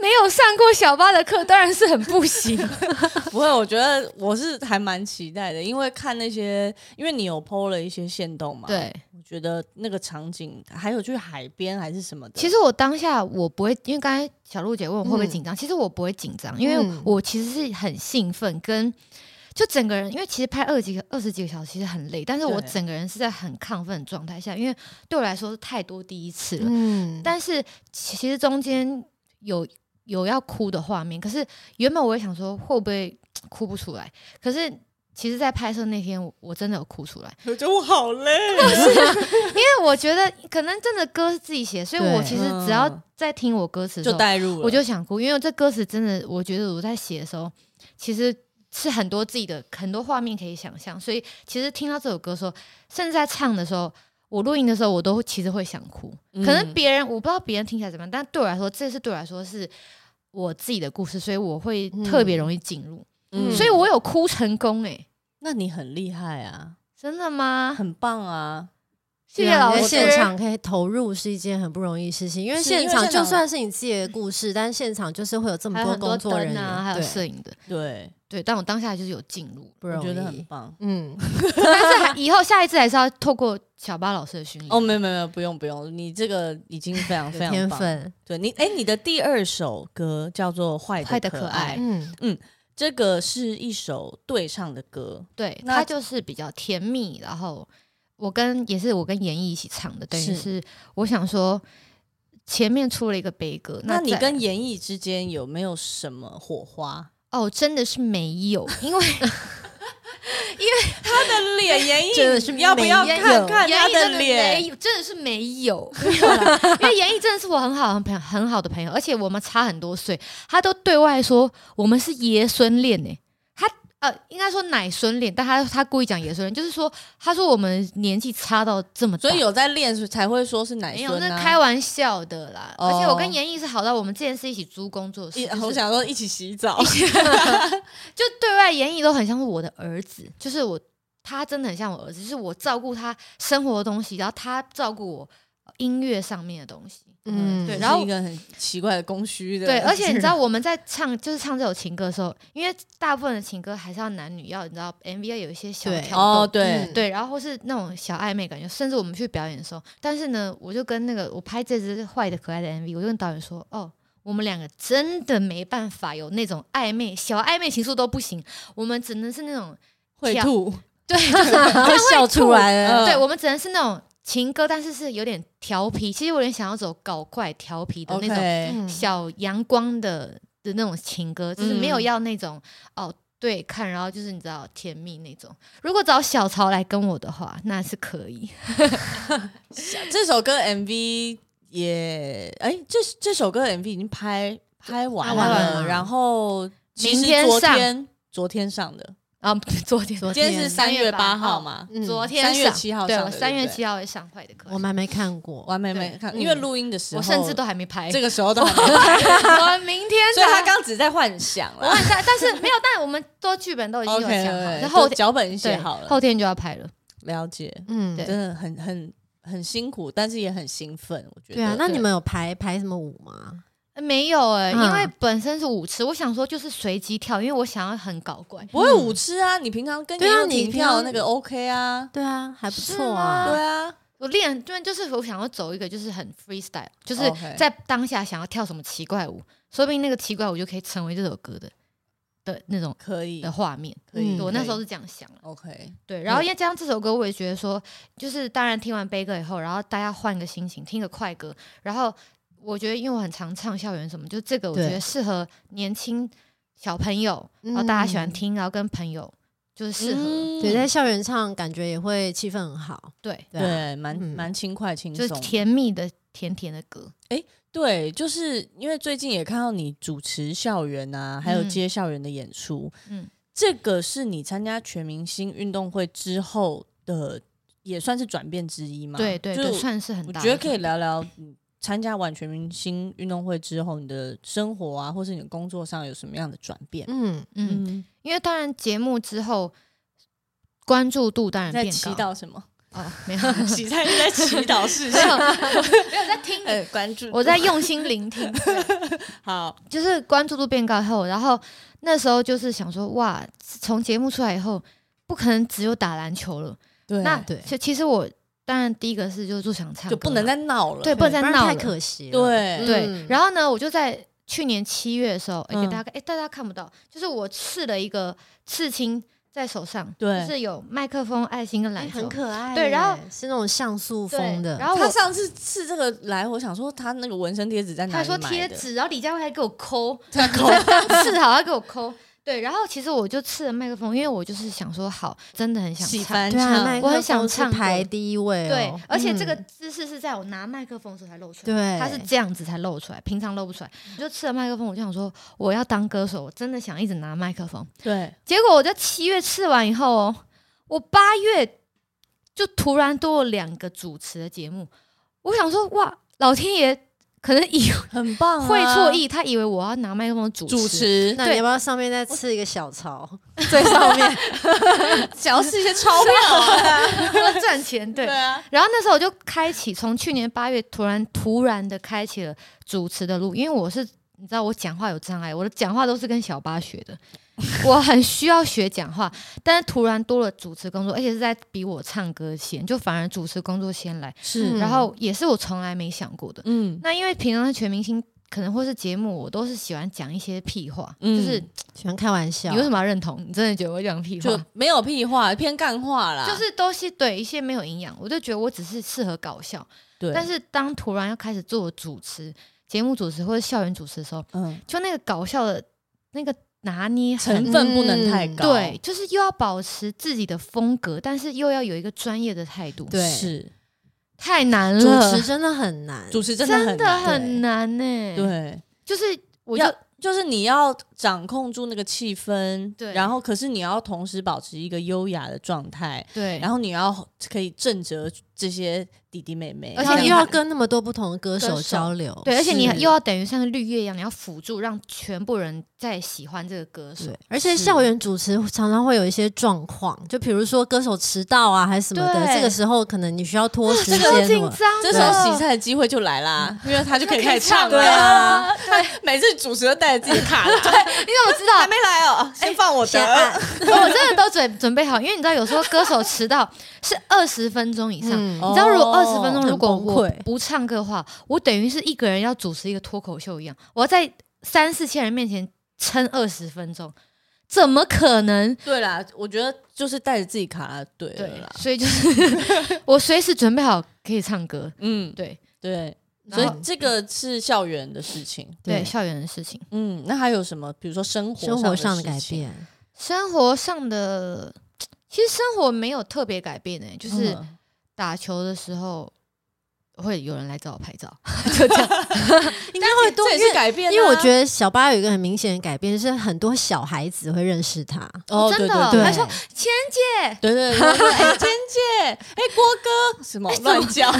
Speaker 2: 没有上过小八的课，当然是很 不行。
Speaker 3: 对对不会，我觉得我是还蛮期待的，因为看那些，因为你有 PO 了一些线动嘛，，
Speaker 2: 对，
Speaker 3: 我觉得那个场景，还有去海边还是什么的，
Speaker 2: 其实我当下我不会，因为刚才小鹿姐问我会不会紧
Speaker 3: 嗯
Speaker 2: 张，其实我不会紧张，因为
Speaker 1: 嗯
Speaker 2: 我其实是很兴奋，跟就整个人，因为其实拍二几个二十几个小时其实很累，但是我
Speaker 3: 对
Speaker 2: 整个人是在很亢奋的状态下，因为对我来说是太多第一次了。
Speaker 1: 嗯，
Speaker 2: 但是其其实中间有有要哭的画面，可是原本我也想说会不会哭不出来，可是其实，在拍摄那天，我我真的有哭出来，
Speaker 3: 我觉得我好累，
Speaker 2: 因为我觉得可能真的歌是自己写，所以
Speaker 3: 对
Speaker 2: 我其实只要
Speaker 3: 嗯
Speaker 2: 在听我歌词的时
Speaker 3: 就
Speaker 2: 候，
Speaker 3: 带入了，
Speaker 2: 我就想哭，因为这歌词真的，我觉得我在写的时候，其实是很多自己的很多画面可以想象，所以其实听到这首歌的时候，甚至在唱的时候，我录音的时候，我都其实会想哭。
Speaker 3: 嗯
Speaker 2: 可能别人我不知道别人听起来怎么样，但对我来说，这是对我来说是我自己的故事，所以我会特别容易进入，
Speaker 1: 嗯
Speaker 2: 所以我有哭成功诶、
Speaker 3: 那你很厉害啊，
Speaker 2: 真的吗？
Speaker 3: 很棒啊，
Speaker 2: 谢谢
Speaker 1: 对啊
Speaker 2: 老
Speaker 1: 你
Speaker 2: 师。
Speaker 1: 在现场可以投入是一件很不容易的事情，因为
Speaker 3: 是因为
Speaker 1: 现场
Speaker 3: 现
Speaker 1: 就
Speaker 3: 场
Speaker 1: 算是你自己的故事，但现场就是会有这么
Speaker 2: 还有很多
Speaker 1: 工作人
Speaker 2: 灯
Speaker 1: 员，
Speaker 2: 啊，还有
Speaker 1: 对
Speaker 2: 摄影的，
Speaker 3: 对，
Speaker 2: 对，但我当下就是有进入，
Speaker 1: 不
Speaker 3: 我
Speaker 1: 容
Speaker 3: 觉得很
Speaker 1: 易。
Speaker 3: 棒。
Speaker 1: 嗯，
Speaker 2: 但是还以后下一次还是要透过小巴老师的训练。
Speaker 3: 哦，没有没有没有，不用不用，你这个已经非常非
Speaker 1: 有
Speaker 3: 常
Speaker 1: 天
Speaker 3: 棒。
Speaker 1: 分。
Speaker 3: 对你，哎，你的第二首歌叫做《坏
Speaker 2: 坏
Speaker 3: 的
Speaker 2: 的
Speaker 3: 可
Speaker 2: 可
Speaker 3: 爱》，
Speaker 1: 嗯，
Speaker 3: 这个是一首对唱的歌，
Speaker 2: 对，
Speaker 3: 那
Speaker 2: 它就是比较甜蜜。然后我跟也是我跟严艺一起唱的，等于
Speaker 3: 是
Speaker 2: 是我想说前面出了一个悲歌，
Speaker 3: 那你
Speaker 2: 再
Speaker 3: 跟演艺之间有没有什么火花？
Speaker 2: 哦真的是没有，因为
Speaker 3: 他的脸，演 艺
Speaker 1: 真的是
Speaker 3: 要不要
Speaker 1: 没有
Speaker 3: 看看
Speaker 2: 严
Speaker 3: 他
Speaker 2: 艺真的
Speaker 3: 脸
Speaker 2: 没？有，真的是没有， 没有啦因为严艺真的是我很好很朋友很好的朋友，而且我们差很多岁，他都对外说我们是爷孙恋呢。他呃，应该说奶孙恋，但他他故意讲爷孙恋，就是说，他说我们年纪差到这么大，
Speaker 3: 所以有在练才会说是奶
Speaker 2: 没有，
Speaker 3: 孙
Speaker 2: 那
Speaker 3: 啊。
Speaker 2: 是开玩笑的啦。
Speaker 3: 哦
Speaker 2: 而且我跟严艺是好到我们之前是一起租工作室，
Speaker 3: 一
Speaker 2: 就是
Speaker 3: 我想说一起洗澡，
Speaker 2: 就对外严艺都很像是我的儿子，就是我他真的很像我儿子，就是我照顾他生活的东西，然后他照顾我呃音乐上面的东西。
Speaker 1: 嗯
Speaker 2: 对
Speaker 3: 是
Speaker 2: 然后
Speaker 3: 一个很奇怪的供需的，
Speaker 2: 对，而且你知道我们在唱就是唱这首情歌的时候，因为大部分的情歌还是要男女要你知道 MV 要有一些小
Speaker 1: 对
Speaker 2: 调动
Speaker 3: 哦，对，
Speaker 1: 嗯
Speaker 2: 对，然后或是那种小暧昧感觉，甚至我们去表演的时候，但是呢，我就跟那个我拍这支坏的可爱的 MV，我就跟导演说，哦，我们两个真的没办法有那种暧昧，小暧昧情愫都不行，我们只能是那种，
Speaker 3: 会
Speaker 2: 跳
Speaker 3: 吐，
Speaker 2: 对， 就是
Speaker 1: 他笑出来了。
Speaker 3: 嗯
Speaker 2: 对，我们只能是那种情歌，但是是有点调皮，其实我有点想要走搞怪调皮的那种
Speaker 3: OK，
Speaker 1: 嗯
Speaker 2: 小阳光的的那种情歌，就是没有
Speaker 3: 嗯
Speaker 2: 要那种、哦对看，然后就是你知道甜蜜那种。如果找小曹来跟我的话，那是可以。
Speaker 3: 这首歌 MV 也，哎，这这首歌 MV 已经拍拍完
Speaker 2: 拍完啊
Speaker 3: 了，
Speaker 1: 了
Speaker 3: 然后其实
Speaker 2: 明天
Speaker 3: 昨
Speaker 2: 上
Speaker 3: 天昨天上的，
Speaker 2: 啊， 昨天
Speaker 1: 昨
Speaker 3: 今天
Speaker 1: 天
Speaker 3: 是三月八号
Speaker 2: 哦
Speaker 3: 嘛，
Speaker 1: 嗯
Speaker 2: 昨天
Speaker 3: 三月
Speaker 2: 上
Speaker 3: 七号
Speaker 2: 对，
Speaker 3: 上
Speaker 2: 我
Speaker 3: 的，
Speaker 2: 三月七
Speaker 3: 号，
Speaker 2: 号会上坏的课
Speaker 1: 我，们还没看过，
Speaker 3: 完美没
Speaker 2: 对
Speaker 3: 看，
Speaker 1: 嗯
Speaker 3: 因为录音的时候，
Speaker 2: 我甚至都还啊没拍。
Speaker 3: 这个时候都还没，
Speaker 2: 我明天
Speaker 3: 所以他
Speaker 2: 才
Speaker 3: 刚只在幻想
Speaker 2: 我
Speaker 3: 了。
Speaker 2: 晚上，但是没有，但我们都剧本都已经
Speaker 3: OK，
Speaker 2: 有想好，
Speaker 3: 对
Speaker 2: 然后
Speaker 3: 就脚本已经
Speaker 2: 对
Speaker 3: 写好了，
Speaker 2: 后天就要拍了。
Speaker 3: 了解，
Speaker 1: 嗯，
Speaker 2: 对
Speaker 3: 真的很很很辛苦，但是也很兴奋，我觉得。
Speaker 1: 对啊。那
Speaker 2: 对
Speaker 1: 你们有排排什么舞吗？
Speaker 2: 呃没有哎、
Speaker 1: 嗯
Speaker 2: 因为本身是舞池，我想说就是随机跳，因为我想要很搞怪。
Speaker 3: 不会舞痴啊，你平常跟
Speaker 1: 对啊
Speaker 3: 杨
Speaker 1: 你
Speaker 3: 婷
Speaker 1: 平
Speaker 3: 跳
Speaker 1: 常
Speaker 3: 那个 OK 啊，
Speaker 1: 对啊，还不
Speaker 2: 是
Speaker 1: 错
Speaker 2: 吗
Speaker 1: 啊。
Speaker 3: 对啊，
Speaker 2: 我练，对，就是我想要走一个就是很 freestyle，就是
Speaker 3: OK
Speaker 2: 在当下想要跳什么奇怪舞，说不定那个奇怪舞就可以成为这首歌的的那种
Speaker 3: 可以
Speaker 2: 的，画面。
Speaker 3: 可以。
Speaker 1: 嗯
Speaker 2: 对啊我那时候
Speaker 3: 可以
Speaker 2: 是这样想的。
Speaker 3: OK，
Speaker 2: 对，然后
Speaker 3: 嗯
Speaker 2: 因为加上这首歌，我也觉得说，就是当然听完悲歌以后，然后大家换个心情，听个快歌，然后我觉得因为我很常唱校园什么，就这个我
Speaker 1: 对
Speaker 2: 觉得适合年轻小朋友，然后大家喜欢听，然后跟朋友就是适合，
Speaker 3: 嗯
Speaker 1: 对，在校园唱感觉也会气氛很好。
Speaker 2: 对，
Speaker 1: 啊，
Speaker 3: 对，蛮
Speaker 1: 嗯
Speaker 3: 蛮轻快轻
Speaker 2: 就是
Speaker 3: 松。
Speaker 2: 甜蜜的甜甜的歌，
Speaker 3: 对，就是因为最近也看到你主持校园啊，还有
Speaker 2: 嗯
Speaker 3: 接校园的演出，
Speaker 2: 嗯，
Speaker 3: 这个是你参加全明星运动会之后的，也算是转变之一嘛？
Speaker 2: 对对
Speaker 3: 就是
Speaker 2: 对，算是很
Speaker 3: 我
Speaker 2: 大
Speaker 3: 觉
Speaker 2: 的转变。
Speaker 3: 得可以聊聊你参加完全明星运动会之后，你的生活啊，或是你的工作上有什么样的转变？
Speaker 1: 嗯，
Speaker 2: 嗯，
Speaker 3: 嗯，
Speaker 2: 因为当然节目之后关注度当然
Speaker 3: 在
Speaker 2: 变
Speaker 3: 祈
Speaker 2: 高
Speaker 3: 祷什么？
Speaker 2: 哦，没有
Speaker 3: 洗菜是在 祈祷 事
Speaker 2: 没
Speaker 3: 项，
Speaker 2: 有没有在听你，
Speaker 3: 呃，关注
Speaker 2: 我在用心聆听。
Speaker 3: 好，
Speaker 2: 就是关注度变高后，然后那时候就是想说，哇，从节目出来以后，不可能只有打篮球了。
Speaker 3: 对
Speaker 2: 那
Speaker 1: 对
Speaker 2: 其其实我当然第一个是就是就想唱歌嘛，
Speaker 3: 就不能再闹了，
Speaker 2: 对不能再
Speaker 1: 然
Speaker 2: 闹
Speaker 1: 太
Speaker 2: 了
Speaker 1: 可惜了。
Speaker 3: 对
Speaker 2: 对。哎
Speaker 1: 嗯
Speaker 2: 然后呢，我就在去年七月的时候，
Speaker 3: 嗯
Speaker 2: 给大家看，哎、大家看不到，就是我刺了一个刺青在手上，
Speaker 3: 对
Speaker 2: 就是有麦克风、爱心跟
Speaker 1: 哎，
Speaker 2: 篮球，
Speaker 1: 很可爱耶。
Speaker 2: 对然后
Speaker 1: 是那种像素
Speaker 2: 对
Speaker 1: 风的，
Speaker 2: 然后
Speaker 3: 他
Speaker 2: 啊我。
Speaker 3: 上次刺这个来，我想说他那个纹身贴纸在哪
Speaker 2: 他
Speaker 3: 里
Speaker 2: 说
Speaker 3: 买
Speaker 2: 贴
Speaker 3: 的？哦
Speaker 2: 纸，然后李佳慧还给我抠，
Speaker 3: 在口
Speaker 2: 刺好要给我抠。对，然后其实我就吃了麦克风，因为我就是想说，好，真的很 想
Speaker 3: 喜哎
Speaker 2: 唱。
Speaker 3: 翻
Speaker 1: 对啊，麦
Speaker 3: 唱，
Speaker 1: 克
Speaker 2: 我很想
Speaker 1: 风是
Speaker 2: 唱歌
Speaker 1: 排第一位、哦，
Speaker 2: 对，而且这个
Speaker 1: 嗯
Speaker 2: 姿势是在我拿麦克风的时候才露出来，
Speaker 1: 对
Speaker 2: 它是这样子才露出来，平常露不出来。我就吃了麦克风，我就想说，我要当歌手，我真的想一直拿麦克风。
Speaker 3: 对，
Speaker 2: 结果我在七月吃完以后哦，我八月就突然多了两个主持的节目，我想说，哇，老天爷可能以
Speaker 3: 很棒、啊，
Speaker 2: 会错意，他以为我要拿麦克风主持，
Speaker 3: 主持
Speaker 1: 那
Speaker 2: 对
Speaker 1: 你要不要上面再吃一个小 槽？
Speaker 3: 最上面，想要是一些 钞票啊，
Speaker 2: 要赚钱，对
Speaker 3: 对。啊，
Speaker 2: 然后那时候我就开启，从去年八月突然突然的开启了主持的路，因为我是你知道我讲话有障碍，我的讲话都是跟小八学的， 我很需要学讲话，但是突然多了主持工作，而且是在比我唱歌先，就反而主持工作先来，
Speaker 3: 是
Speaker 1: 嗯
Speaker 2: 然后也是我从来没想过的。
Speaker 3: 嗯
Speaker 2: 那因为平常的全明星可能或是节目，我都是喜欢讲一些屁话，
Speaker 3: 嗯啊
Speaker 2: 就是
Speaker 1: 喜欢开玩笑，
Speaker 2: 你为什么要认同？你真的觉得我讲屁话
Speaker 3: 就？没有屁话，偏干话啦，
Speaker 2: 就是都是对一些没有营养，我就觉得我只是适合搞笑。
Speaker 3: 对，
Speaker 2: 但是当突然要开始做主持、节目主持或者校园主持的时候，
Speaker 3: 嗯，
Speaker 2: 就那个搞笑的那个拿捏很
Speaker 3: 成分不能太高，
Speaker 2: 嗯对，，就是又要保持自己的风格，但是又要有一个专业的态度，
Speaker 1: 对
Speaker 3: 是
Speaker 2: 太难了，
Speaker 1: 主持真的很难？
Speaker 3: 主持真
Speaker 2: 真
Speaker 3: 的很难
Speaker 2: 很难呢、，
Speaker 3: 对，
Speaker 2: 就是我就
Speaker 3: 要就是你要掌控住那个气氛，
Speaker 2: 对
Speaker 3: 然后可是你要同时保持一个优雅的状态，
Speaker 2: 对，
Speaker 3: 然后你要可以正折这些弟弟妹妹，
Speaker 2: 而
Speaker 1: 而
Speaker 2: 且
Speaker 1: 且
Speaker 2: 你
Speaker 1: 又
Speaker 2: 还
Speaker 1: 要跟那么多不同的歌
Speaker 3: 歌
Speaker 1: 手
Speaker 3: 手
Speaker 1: 交流，
Speaker 2: 对，而且你
Speaker 3: 是
Speaker 2: 又要等于哦像是绿叶一样，你要辅助让全部人在喜欢这个歌手
Speaker 1: 对。，而且
Speaker 3: 是
Speaker 1: 校园主持常常会有一些状况，就比如说歌手迟到啊，还是什么的，
Speaker 2: 对
Speaker 1: 这个时候可能你需要拖时间
Speaker 2: 超
Speaker 1: 什
Speaker 2: 紧
Speaker 1: 么。
Speaker 2: 张啊的，
Speaker 3: 这时候洗菜的机会就来啦，因为他就可以开始唱
Speaker 2: 对
Speaker 3: 啦。
Speaker 2: 啊，对，你
Speaker 3: 每次主持都带着自己的卡，对，
Speaker 2: 怎么知道
Speaker 3: 还？没来哦， 先放我
Speaker 1: 先
Speaker 3: 的。
Speaker 1: 按，
Speaker 2: 我真的都准准备好，因为你知道，有时候歌手迟到是二十分钟以上。
Speaker 1: 嗯，
Speaker 2: 你知道，如果
Speaker 3: 哦
Speaker 2: 二十分钟，
Speaker 3: 很
Speaker 2: 如果我
Speaker 3: 崩溃
Speaker 2: 不唱歌的话，我等于是一个人要主持一个脱口秀一样，我要在三四千人面前撑二十分钟，怎么可能？
Speaker 3: 对啦，我觉得就是带着自己卡拉对了
Speaker 2: 对
Speaker 3: 啦，，
Speaker 2: 所以就是我随时准备好可以唱歌。
Speaker 3: 嗯，
Speaker 2: 对
Speaker 3: 对，所
Speaker 2: 然
Speaker 3: 以
Speaker 2: 后
Speaker 3: 这个是校园的事情。
Speaker 2: 对，
Speaker 1: 对
Speaker 2: 校园的事情。
Speaker 3: 嗯，那还有什么？比如说生活
Speaker 1: 生活上的
Speaker 3: 事
Speaker 1: 改
Speaker 3: 情，
Speaker 1: 变，
Speaker 2: 生活上的，其实生活没有特别改变诶、就是
Speaker 3: 嗯
Speaker 2: 打球的时候会有人来找我拍照， 就这样。
Speaker 3: 应该会多，这也是改变啊，
Speaker 1: 因为我觉得小八有一个很明显的改变，是很多小孩子会认识他。
Speaker 3: 哦，
Speaker 2: 真
Speaker 3: 对对
Speaker 2: 的对
Speaker 3: 对，
Speaker 2: 还说千姐，
Speaker 3: 对对对，我说哎，千姐，哎，郭哥， 哎什么乱叫，，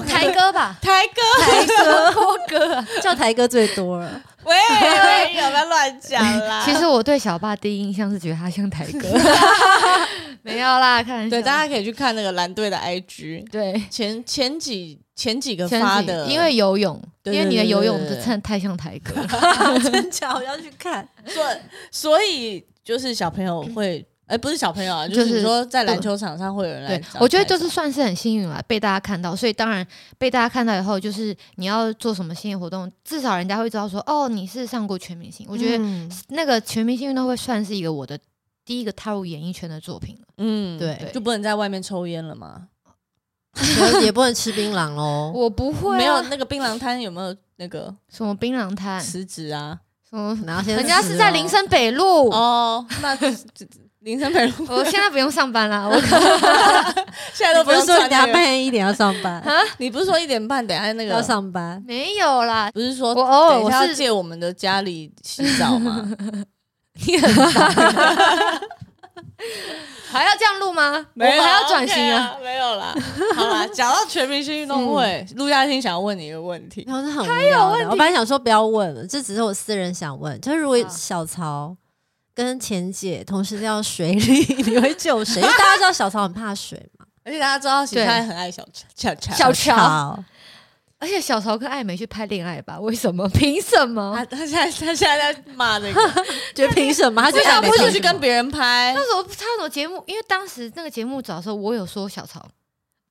Speaker 2: 台哥吧
Speaker 3: 台哥，
Speaker 1: 台哥
Speaker 2: 郭哥、啊。
Speaker 1: 叫台哥最多了，
Speaker 3: 喂，喂有没有乱讲啦？
Speaker 2: 其实我对小爸第一印象是觉得他像台 哥，没有啦，开玩笑。
Speaker 3: 对，大家可以去看那个蓝队的 IG，
Speaker 2: 对
Speaker 3: 前前几前几个
Speaker 2: 前
Speaker 3: 发
Speaker 2: 几
Speaker 3: 的，
Speaker 2: 因为游泳，因
Speaker 3: 对
Speaker 2: 为你的
Speaker 3: 对对
Speaker 2: 游泳
Speaker 3: 对
Speaker 2: 就
Speaker 3: 对
Speaker 2: 真的太像台哥了。
Speaker 3: 啊
Speaker 1: 真 假我要去看。
Speaker 3: 所所以就是小朋友会，哎，不是小朋友啊，
Speaker 2: 就
Speaker 3: 就是是你说在篮球场上会有人来
Speaker 2: 对
Speaker 3: 找，
Speaker 2: 我觉得就
Speaker 3: 拍
Speaker 2: 是
Speaker 3: 照
Speaker 2: 算是很幸运了，被大家看到。所以当然被大家看到以后，就是你要做什么新的活动，至少人家会知道说，哦，你是上过全明星。我
Speaker 3: 嗯
Speaker 2: 觉得
Speaker 1: 得
Speaker 2: 那个全明星运动会算是一个我的第一个踏入演艺圈的作品了。
Speaker 3: 嗯
Speaker 1: 对
Speaker 3: 就不能在外面抽烟了吗？
Speaker 1: 也不能吃槟榔哦。
Speaker 2: 我不会、啊，
Speaker 3: 没有那个槟榔摊有没有那个
Speaker 2: 什么槟榔摊，什
Speaker 3: 辞职啊？
Speaker 2: 么，
Speaker 1: 然后现在
Speaker 2: 人家是在林森北路。
Speaker 3: 哦，那林森北路
Speaker 2: 我现在不用上 班啦，我可。
Speaker 3: 现在都
Speaker 1: 不是
Speaker 3: 用
Speaker 1: 说等
Speaker 3: 穿
Speaker 1: 下
Speaker 3: 那个
Speaker 1: 半夜一点要上班，
Speaker 3: 你不是说一点半等一下那
Speaker 1: 要
Speaker 3: 个
Speaker 1: 上班
Speaker 2: 没有啦。
Speaker 3: 不是说
Speaker 2: 我偶尔
Speaker 3: 等一
Speaker 2: 我
Speaker 3: 下要
Speaker 2: 是
Speaker 3: 借哦我们的家里洗澡吗？
Speaker 2: 你很烦还要这样录吗？
Speaker 3: 没有啊，
Speaker 2: 我们还要转型
Speaker 3: OK
Speaker 2: 啊！
Speaker 3: 啊，没有啦。好啦，讲到全明星运动会，陆嘉欣想要问你一个问 题，
Speaker 1: 然后是很无聊的。我本来想说不要问了，这只是我私人想问。就是如
Speaker 2: 好
Speaker 1: 果小曹跟钱姐同时掉水里， 你 会救谁？因为大家知道小曹很怕水嘛。
Speaker 3: 而且大家知道许
Speaker 2: 对
Speaker 3: 泰很爱小乔，小乔
Speaker 2: 小乔
Speaker 1: 曹，
Speaker 2: 而且小曹跟艾美去拍恋爱吧？为什么？ 凭什么
Speaker 3: 他？他现在他现在在骂那个，
Speaker 1: 觉得凭什 么？他就
Speaker 3: 为啥
Speaker 1: 想
Speaker 3: 不是去跟别人拍？
Speaker 2: 那时候他那种节目，因为当时那个节目找的时候，我有说小曹，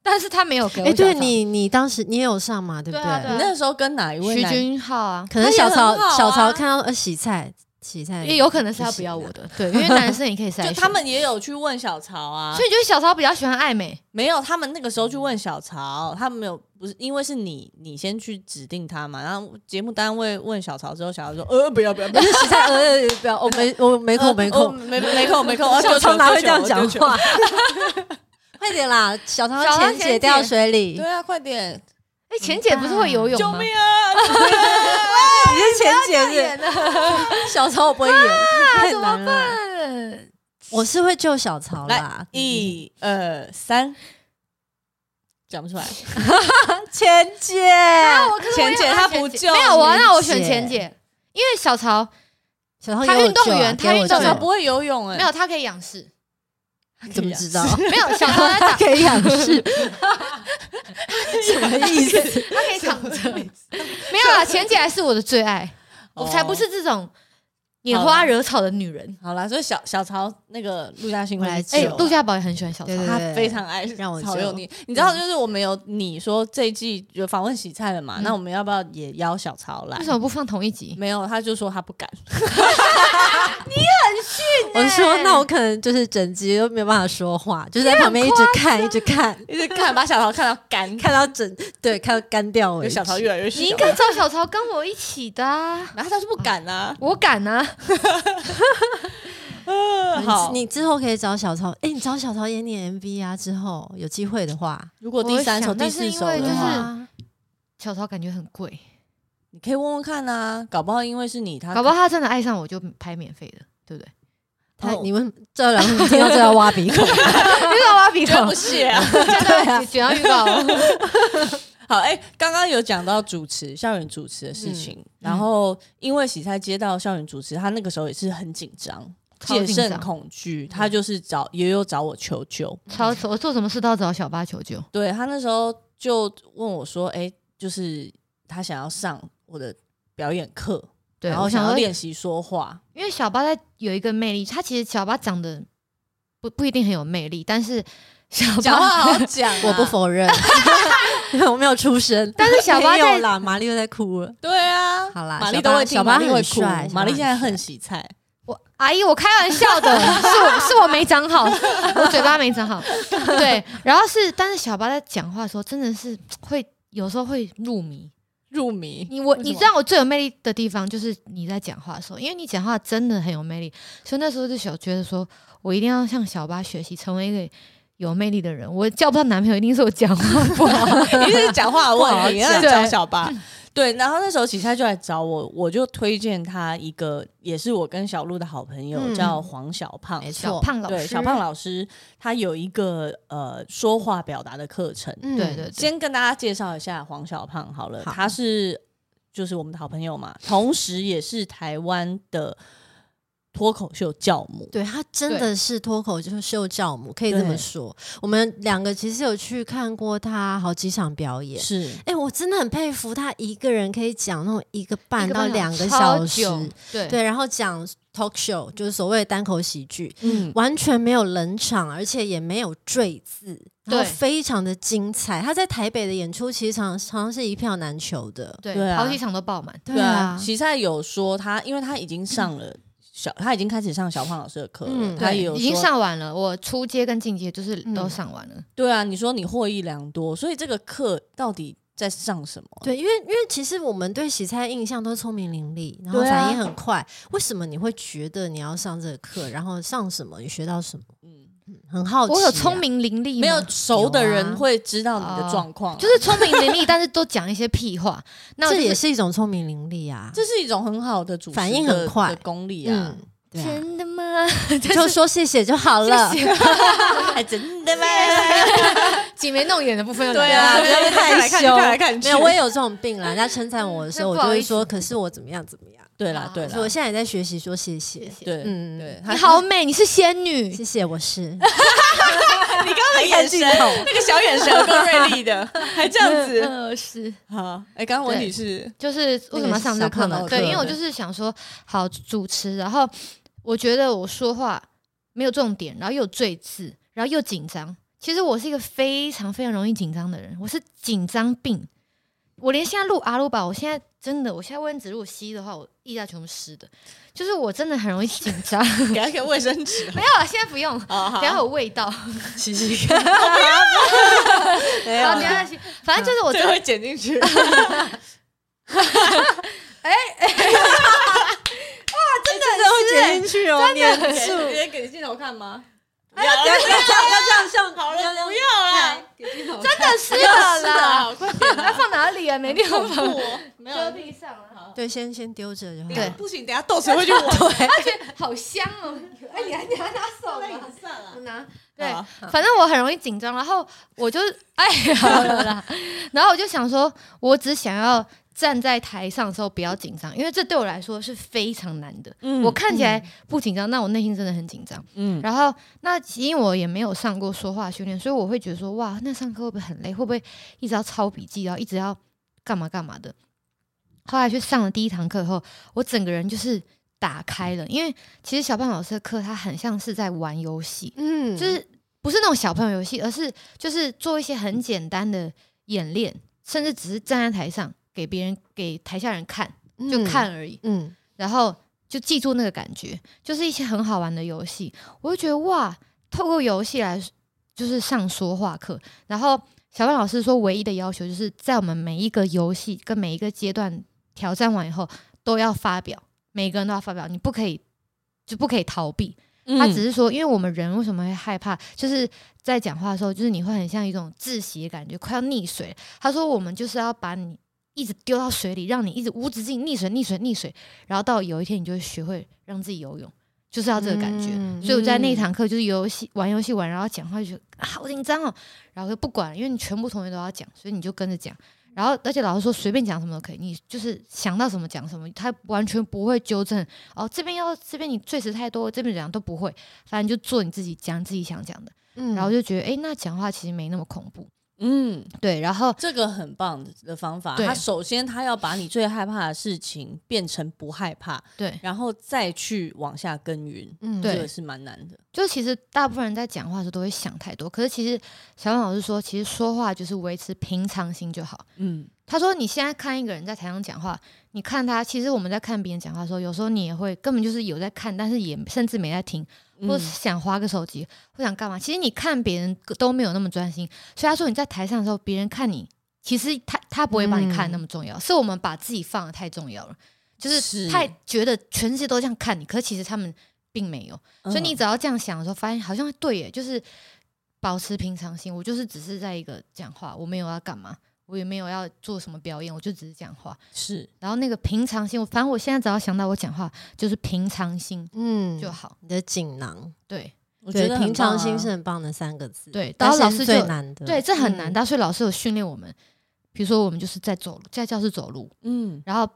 Speaker 2: 但是他没有给我
Speaker 1: 哎，
Speaker 2: 小曹。
Speaker 1: 对你，你当时你也有上嘛？对不
Speaker 2: 对啊对
Speaker 3: 你
Speaker 2: 啊
Speaker 3: 那时候跟哪一位
Speaker 2: 徐
Speaker 3: 男？
Speaker 2: 君 浩啊，
Speaker 1: 可能小
Speaker 3: 他也
Speaker 1: 曹
Speaker 3: 很好啊
Speaker 1: 小曹看到呃洗菜洗菜，
Speaker 2: 也有可能是他不
Speaker 1: 啊
Speaker 2: 要我的，对，因为男生也可以筛
Speaker 3: 就
Speaker 2: 选。
Speaker 3: 他，们也有去问小曹啊
Speaker 2: 所，以就是小曹比较喜欢艾美，
Speaker 3: 没有，他们那个时候去问小曹，他们没有不不是因为是你你先去指定他嘛，然后节目单位问小曹之后，小曹说呃不要不要不要，
Speaker 1: 洗菜呃不要，我没我没空没
Speaker 3: 呃哦
Speaker 1: 空。
Speaker 3: 没没空没空，哦我要
Speaker 1: 小
Speaker 3: 丢球
Speaker 1: 常哪会这样
Speaker 3: 丢球
Speaker 1: 讲
Speaker 3: 丢球
Speaker 1: 话？快点啦，小常
Speaker 2: 小常
Speaker 1: 潜
Speaker 2: 潜
Speaker 1: 解掉
Speaker 2: 解
Speaker 1: 水里，
Speaker 3: 对啊，快点！
Speaker 1: 嗯
Speaker 2: 哎，钱姐不是会游泳
Speaker 3: 救
Speaker 2: 吗？
Speaker 3: 命啊！
Speaker 1: 你是前姐是
Speaker 2: 演的，
Speaker 1: 小曹我不会演，太
Speaker 2: 怎
Speaker 1: 难
Speaker 2: 么
Speaker 1: 了。
Speaker 2: 办？
Speaker 1: 我是会救小曹啦，
Speaker 3: 一二三，讲不 出来。
Speaker 1: 前姐，
Speaker 2: 啊，我可是我
Speaker 3: 钱
Speaker 2: 也
Speaker 3: 姐
Speaker 2: 爱
Speaker 3: 她
Speaker 2: 钱
Speaker 3: 不
Speaker 2: 姐
Speaker 3: 救
Speaker 2: 没有我，
Speaker 1: 钱
Speaker 2: 那我选钱
Speaker 1: 姐
Speaker 2: 姐，因为小曹
Speaker 1: 小曹
Speaker 2: 他
Speaker 1: 给我
Speaker 2: 运动
Speaker 1: 救啊
Speaker 2: 员
Speaker 1: 给
Speaker 2: 他
Speaker 1: 我
Speaker 2: 运
Speaker 1: 救
Speaker 2: 动
Speaker 3: 小
Speaker 2: 员
Speaker 3: 曹不会游泳哎，
Speaker 2: 没有他可以仰视，
Speaker 3: 啊
Speaker 1: 怎么知 道？
Speaker 2: 没有小曹 在打，
Speaker 1: 可以仰视， 什么意思？
Speaker 2: 他可以躺着，没有啦，钱姐还是我的最爱，
Speaker 1: 哦
Speaker 2: 我才不是这种拈花惹草的女人。
Speaker 3: 好啦，所以小小曹那个陆嘉欣
Speaker 1: 我来
Speaker 3: 会
Speaker 1: 救
Speaker 2: 哎
Speaker 3: 哎，，
Speaker 2: 陆家宝也很喜欢小曹
Speaker 1: 哦对，对
Speaker 3: 他
Speaker 1: 对
Speaker 3: 非常爱
Speaker 1: 让我
Speaker 3: 曹
Speaker 1: 救
Speaker 3: 佑宁。你知道，就是我们有你说这一季有访问喜菜了嘛？
Speaker 2: 嗯
Speaker 3: 那我们要不要也邀小曹来
Speaker 2: 为？什么不放同一集？
Speaker 3: 没有，他就说他不敢。
Speaker 1: 我说那我可能就是整集都没有办法说话，就是在旁边一直看，一直看，
Speaker 3: 一直看，把小曹看到 干，
Speaker 1: 看到整对看到干掉
Speaker 3: 就
Speaker 1: 为止
Speaker 3: 小。曹越来越小。
Speaker 2: 你应该找小曹跟我一起的啊，
Speaker 3: 然后他是不敢啊。
Speaker 2: 我敢啊！
Speaker 3: 嗯好，
Speaker 1: 你之后可以找小曹，哎、你找小曹演你 MV 啊，之后有机会的话，
Speaker 3: 如果第三首、
Speaker 2: 我会想
Speaker 3: 第
Speaker 2: 但是
Speaker 3: 四
Speaker 2: 因
Speaker 3: 首
Speaker 1: 啊
Speaker 2: 为就
Speaker 3: 的话，
Speaker 2: 是小曹感觉很贵，
Speaker 3: 你可以问问看啊，搞不好因为是你，他
Speaker 2: 搞不好他真的爱上我就拍免费的，对不对？
Speaker 1: 他、
Speaker 3: 哦
Speaker 1: 你们这两个听到这要挖鼻 孔，
Speaker 2: 你干嘛比
Speaker 3: 绝 对不屑啊。
Speaker 1: 对啊，
Speaker 2: 剪到预告哦，
Speaker 3: 好，哎、刚刚有讲到主持校园主持的
Speaker 1: 嗯
Speaker 3: 事情，然后因为喜菜接到校园主持，他那个时候也是很紧张，
Speaker 2: 超
Speaker 3: 戒
Speaker 2: 紧
Speaker 3: 慎
Speaker 2: 张
Speaker 3: 恐惧，
Speaker 1: 嗯
Speaker 3: 他就是找也有找我求救，
Speaker 2: 超我做什么事都要找小八求救。
Speaker 3: 对他那时候就问我说，哎、就是他想要上我的表演课，
Speaker 2: 对，
Speaker 3: 然后
Speaker 2: 我
Speaker 3: 想要
Speaker 2: 说
Speaker 3: 练习说话，
Speaker 2: 因为小巴他有一个魅力，他其实小巴长得不不一定很有魅力，但是小
Speaker 3: 讲
Speaker 2: 巴，
Speaker 3: 话好好讲、 啊
Speaker 1: 我不，否认，我没有出声，
Speaker 2: 但是小巴
Speaker 1: 没有
Speaker 2: 在
Speaker 1: 啦，玛丽又在哭了。
Speaker 3: 对啊，
Speaker 1: 好啦
Speaker 3: 玛丽
Speaker 1: 小巴
Speaker 3: 都会听，
Speaker 1: 小巴
Speaker 3: 玛丽会
Speaker 1: 很
Speaker 3: 哭
Speaker 1: 帅，小
Speaker 3: 玛
Speaker 1: 巴
Speaker 3: 丽
Speaker 1: 很
Speaker 3: 现在恨喜菜，
Speaker 2: 我阿姨，我开玩笑的，是我是我没长好，我嘴巴没长好，对，然后是但是小巴在讲话的时候真的是会有时候会入迷，
Speaker 3: 入迷，
Speaker 2: 你我
Speaker 3: 为什么
Speaker 2: 你知道我最有魅力的地方就是你在讲话的时候，因为你讲话真的很有魅力，所以那时候就想觉得说我一定要向小巴学习，成为一个有魅力的人。我交不到男朋友，一定是我讲话不好。
Speaker 3: 一定是讲话的问题，
Speaker 1: 不好
Speaker 3: 在
Speaker 1: 讲
Speaker 3: 找小八。对，然后那时候启菜就来找我，我就推荐他一个，也是我跟小鹿的好朋友，
Speaker 1: 嗯
Speaker 3: 叫黄小胖。
Speaker 1: 没
Speaker 2: 小
Speaker 1: 错，
Speaker 2: 胖老
Speaker 3: 对，
Speaker 2: 师，
Speaker 3: 小胖，老师他有一个呃说话表达的课程。
Speaker 1: 嗯
Speaker 2: 对对对，
Speaker 3: 先跟大家介绍一下黄小胖好了，
Speaker 1: 好
Speaker 3: 他是就是我们的好朋友嘛，同时也是台湾的脱口秀教母。
Speaker 1: 对他真的是脱口秀教母，可以
Speaker 3: 对
Speaker 1: 这么说。我们两个其实有去看过他好几场表演。
Speaker 3: 是，
Speaker 1: 哎、我真的很佩服他一个人可以讲那种一个半到两个
Speaker 2: 超
Speaker 1: 小时，
Speaker 2: 久，对
Speaker 1: 对，然后讲 talk show 就是所谓的单口喜剧，
Speaker 3: 嗯，
Speaker 1: 完全没有冷场，而且也没有赘字，然后
Speaker 2: 对
Speaker 1: 非常的精彩。他在台北的演出其实常常常是一票难求的，
Speaker 3: 对
Speaker 2: 对，
Speaker 3: 啊
Speaker 2: 好几场都爆满，
Speaker 1: 对啊，
Speaker 3: 喜菜有说他，因为他已经上了小，他已经开始上小胖老师的课了，
Speaker 1: 嗯
Speaker 3: 他
Speaker 2: 对
Speaker 3: 也有
Speaker 2: 已经
Speaker 3: 说
Speaker 2: 上完了，我初阶跟进阶就是都
Speaker 1: 嗯
Speaker 2: 上完了。
Speaker 3: 对啊，你说你获益良多，所以这个课到底在上什么？
Speaker 1: 对，因为因为其实我们对洗菜印象都是聪明伶俐，然后
Speaker 3: 对啊
Speaker 1: 反应很快。为什么你会觉得你要上这个课？然后上什么？你学到什么？
Speaker 3: 嗯，
Speaker 1: 很好奇、啊
Speaker 2: 我有聪，明伶俐吗，
Speaker 3: 没有熟的
Speaker 1: 有
Speaker 3: 人
Speaker 1: 啊
Speaker 3: 会知道你的状况啊、
Speaker 2: 就是聪明伶俐，但是都讲一些屁话。那我
Speaker 1: 这
Speaker 2: 就
Speaker 1: 也
Speaker 2: 是
Speaker 1: 是一种聪明伶俐啊。
Speaker 3: 这是一种很好的主持
Speaker 1: 反应
Speaker 3: 的
Speaker 1: 很快
Speaker 3: 的功力啊
Speaker 1: 嗯，，对啊、呃
Speaker 2: 真的吗？
Speaker 1: 就说谢谢就好了。
Speaker 3: 真的吗？
Speaker 2: 挤眉弄眼的部分又来
Speaker 3: 对
Speaker 2: 了，
Speaker 3: 啊，不要害羞，看来看
Speaker 1: 没
Speaker 3: 去
Speaker 1: 有，我也有这种病啦。人家称赞我的时候，
Speaker 2: 嗯
Speaker 1: 我
Speaker 2: 那
Speaker 1: 就
Speaker 2: 不好
Speaker 1: 会
Speaker 2: 意思
Speaker 1: 说：“可是我怎么样怎么样。
Speaker 3: 对啦对
Speaker 1: 所以我
Speaker 3: 啦，
Speaker 1: 现在也在学习说谢啊谢，
Speaker 3: 对
Speaker 1: 嗯
Speaker 3: 对，
Speaker 2: 你好美，你是仙女
Speaker 1: 谢。谢，我 是。
Speaker 3: 你刚刚的眼神，那个小眼神有够锐利 的，还这样子。
Speaker 2: 呃，是，
Speaker 3: 嗯好，哎，刚刚问题是，
Speaker 2: 就是为什么要上这
Speaker 1: 那
Speaker 2: 课
Speaker 1: 个
Speaker 2: 嘛？
Speaker 1: 是小胖老师
Speaker 2: 对，因为我
Speaker 1: 对
Speaker 2: 就是想说，好主持，然后我觉得我说话没有重点，然后又有赘字，然后又紧张。其实我是一个非常非常容易紧张的人，我是紧张病。我连现在录阿鲁巴，我现在真的，我现在卫生纸如果吸的话，我腋下全部湿的，就是我真的很容易紧张。
Speaker 3: 给他个卫生纸
Speaker 2: 没有啊，现在不用，
Speaker 3: 啊，
Speaker 2: 等一下有味道。
Speaker 3: 洗洗看，没有
Speaker 2: 啊，
Speaker 3: 啊，
Speaker 2: 等一下洗，反正就是我真
Speaker 3: 这
Speaker 2: 的
Speaker 3: 会剪进去。
Speaker 1: 真
Speaker 3: 哎
Speaker 1: 的会剪进去哦，粘
Speaker 3: 直
Speaker 1: 住。
Speaker 3: 接给镜头看吗？不要不要不要这样像好了，不要啦，给镜头真
Speaker 2: 太湿了
Speaker 3: 的
Speaker 2: 哎啦，
Speaker 3: 好快
Speaker 2: 要放哪里啊？没地 方放，
Speaker 3: 没
Speaker 2: 丢地上啊了。
Speaker 1: 对，先先丢着就好。
Speaker 2: 对
Speaker 3: 不行，等下豆水会去闻。对，
Speaker 2: 好香哦！哎，你还你还拿 手吗？
Speaker 3: 算了
Speaker 2: 我拿对
Speaker 3: 对，，
Speaker 2: 反正我很容易紧张，然后我就 哎好 了啦，然后我就想说，我只想要站在台上的时候不要紧张，因为这对我来说是非常难的。
Speaker 3: 嗯
Speaker 2: 我看起来不紧张，但我内心真的很紧张。
Speaker 3: 嗯，
Speaker 2: 然后那因为我也没有上过说话训练，所以我会觉得说，哇，那上课会不会很累？会不会一直要抄笔记，然后一直要干嘛干嘛的？后来去上了第一堂课后，我整个人就是打开了，因为其实小胖老师的课他很像是在玩游戏，
Speaker 1: 嗯，
Speaker 2: 就是不是那种小朋友游戏，而是就是做一些很简单的演练，甚至只是站在台上给别人给台下人看，
Speaker 1: 嗯，
Speaker 2: 就看而已。
Speaker 1: 嗯，
Speaker 2: 然后就记住那个感觉，就是一些很好玩的游戏。我就觉得哇，透过游戏来就是上说话课。然后小范老师说，唯一的要求就是在我们每一个游戏跟每一个阶段挑战完以后，都要发表，每个人都要发表，你不可以就不可以逃避。
Speaker 3: 嗯
Speaker 2: 他只是说，因为我们人为什么会害怕，就是在讲话的时候，就是你会很像一种窒息的感觉，快要溺水。他说，我们就是要把你一直丢到水里，让你一直无止境溺水、溺水、溺水，然后到有一天你就会学会让自己游泳，就是要这个感觉。
Speaker 1: 嗯
Speaker 2: 所以我在那一堂课就是游戏玩游戏玩，然后讲话就觉得啊好紧张哦，然后就不管，因为你全部同学都要讲，所以你就跟着讲。然后，而且老师说随便讲什么都可以，你就是想到什么讲什么，他完全不会纠正。哦，这边要这边你赘词太多，这边讲都不会，反正就做你自己讲自己想讲的。
Speaker 1: 嗯
Speaker 2: 然后就觉得，诶，那讲话其实没那么恐怖。
Speaker 3: 嗯，
Speaker 2: 对，然后
Speaker 3: 这个很棒的方法。
Speaker 2: 对
Speaker 3: 他首先他要把你最害怕的事情变成不害怕，
Speaker 2: 对，
Speaker 3: 然后再去往下耕耘，
Speaker 1: 嗯
Speaker 2: 对
Speaker 3: 这个是蛮难的。
Speaker 2: 就其实大部分人在讲话的时候都会想太多，可是其实小婉老师说，其实说话就是维持平常心就好。
Speaker 3: 嗯，
Speaker 2: 他说：“你现在看一个人在台上讲话，你看他，其实我们在看别人讲话的时候，有时候你也会根本就是有在看，但是也甚至没在听，
Speaker 3: 嗯
Speaker 2: 或是想划个手机，或想干嘛。其实你看别人都没有那么专心，所以他说你在台上的时候，别人看你，其实他他不会把你看得那么重要，是我们把自己放的太重要了，就是
Speaker 3: 是
Speaker 2: 太觉得全世界都这样看你，可是其实他们并没有。所以
Speaker 1: 嗯
Speaker 3: 嗯
Speaker 2: 你只要这样想的时候，发现好像对耶，就是保持平常心。我就是只是在一个讲话，我没有要干嘛，我也没有要做什么表演，我就只是讲话。
Speaker 3: 是
Speaker 2: 然后那个平常心，我反正我现在只要想到我讲话，就是平常心
Speaker 1: 嗯
Speaker 2: 就好。
Speaker 1: 你的锦囊，
Speaker 2: 对
Speaker 3: 我觉
Speaker 1: 对，
Speaker 3: 得很
Speaker 1: 平常
Speaker 3: 棒啊
Speaker 1: 心是很棒的三个字。
Speaker 2: 对，然
Speaker 1: 但
Speaker 2: 后
Speaker 1: 是
Speaker 2: 老师
Speaker 1: 最
Speaker 2: 就
Speaker 1: 难的，
Speaker 2: 对，这很难。
Speaker 1: 嗯
Speaker 2: 但所以老师有训练我们，比如说我们就是在走路，在教室走路，
Speaker 3: 嗯
Speaker 2: 然后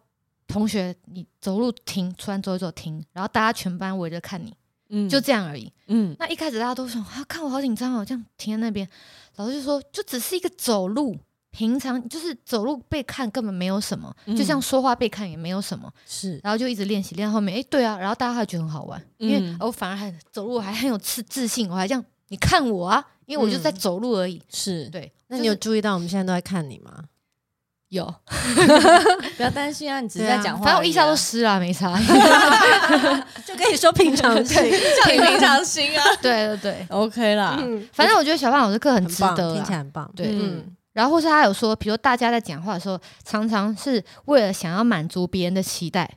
Speaker 2: 同学你走路停，突然走一走停，然后大家全班围着看你，
Speaker 3: 嗯
Speaker 2: 就这样而已。
Speaker 3: 嗯
Speaker 2: 那一开始大家都想啊，看我好紧张哦，这样停在那边。老师就说，就只是一个走路，平常就是走路被看根本没有什么，
Speaker 3: 嗯
Speaker 2: 就像说话被看也没有什么。
Speaker 3: 是
Speaker 2: 然后就一直练习，练到后面，诶，对啊，然后大家还觉得很好玩，因为、
Speaker 3: 嗯
Speaker 2: 我反而还走路还很有自自信，我还这样，你看我啊，因为我就在走路而已。
Speaker 3: 是，
Speaker 2: 对，
Speaker 1: 那
Speaker 2: 就
Speaker 1: 你有
Speaker 2: 是
Speaker 1: 注意到我们现在都在看你吗？
Speaker 2: 有，
Speaker 3: 不要担心啊，你只是
Speaker 1: 对啊
Speaker 3: 在讲话而已啊，
Speaker 2: 反正我一下 都湿了，没差。
Speaker 1: 就跟你说平常心。
Speaker 3: 叫你平常心啊
Speaker 2: 对对对，
Speaker 3: ，OK 啦，
Speaker 1: 嗯，
Speaker 2: 反正我觉得小范老师课很
Speaker 1: 很
Speaker 2: 值
Speaker 1: 棒，
Speaker 2: 得
Speaker 1: 听
Speaker 2: 啦
Speaker 1: 起来很棒。
Speaker 2: 对
Speaker 1: 嗯，
Speaker 2: 然后或是他有说，比如大家在讲话的时候，常常是为了想要满足别人的期待，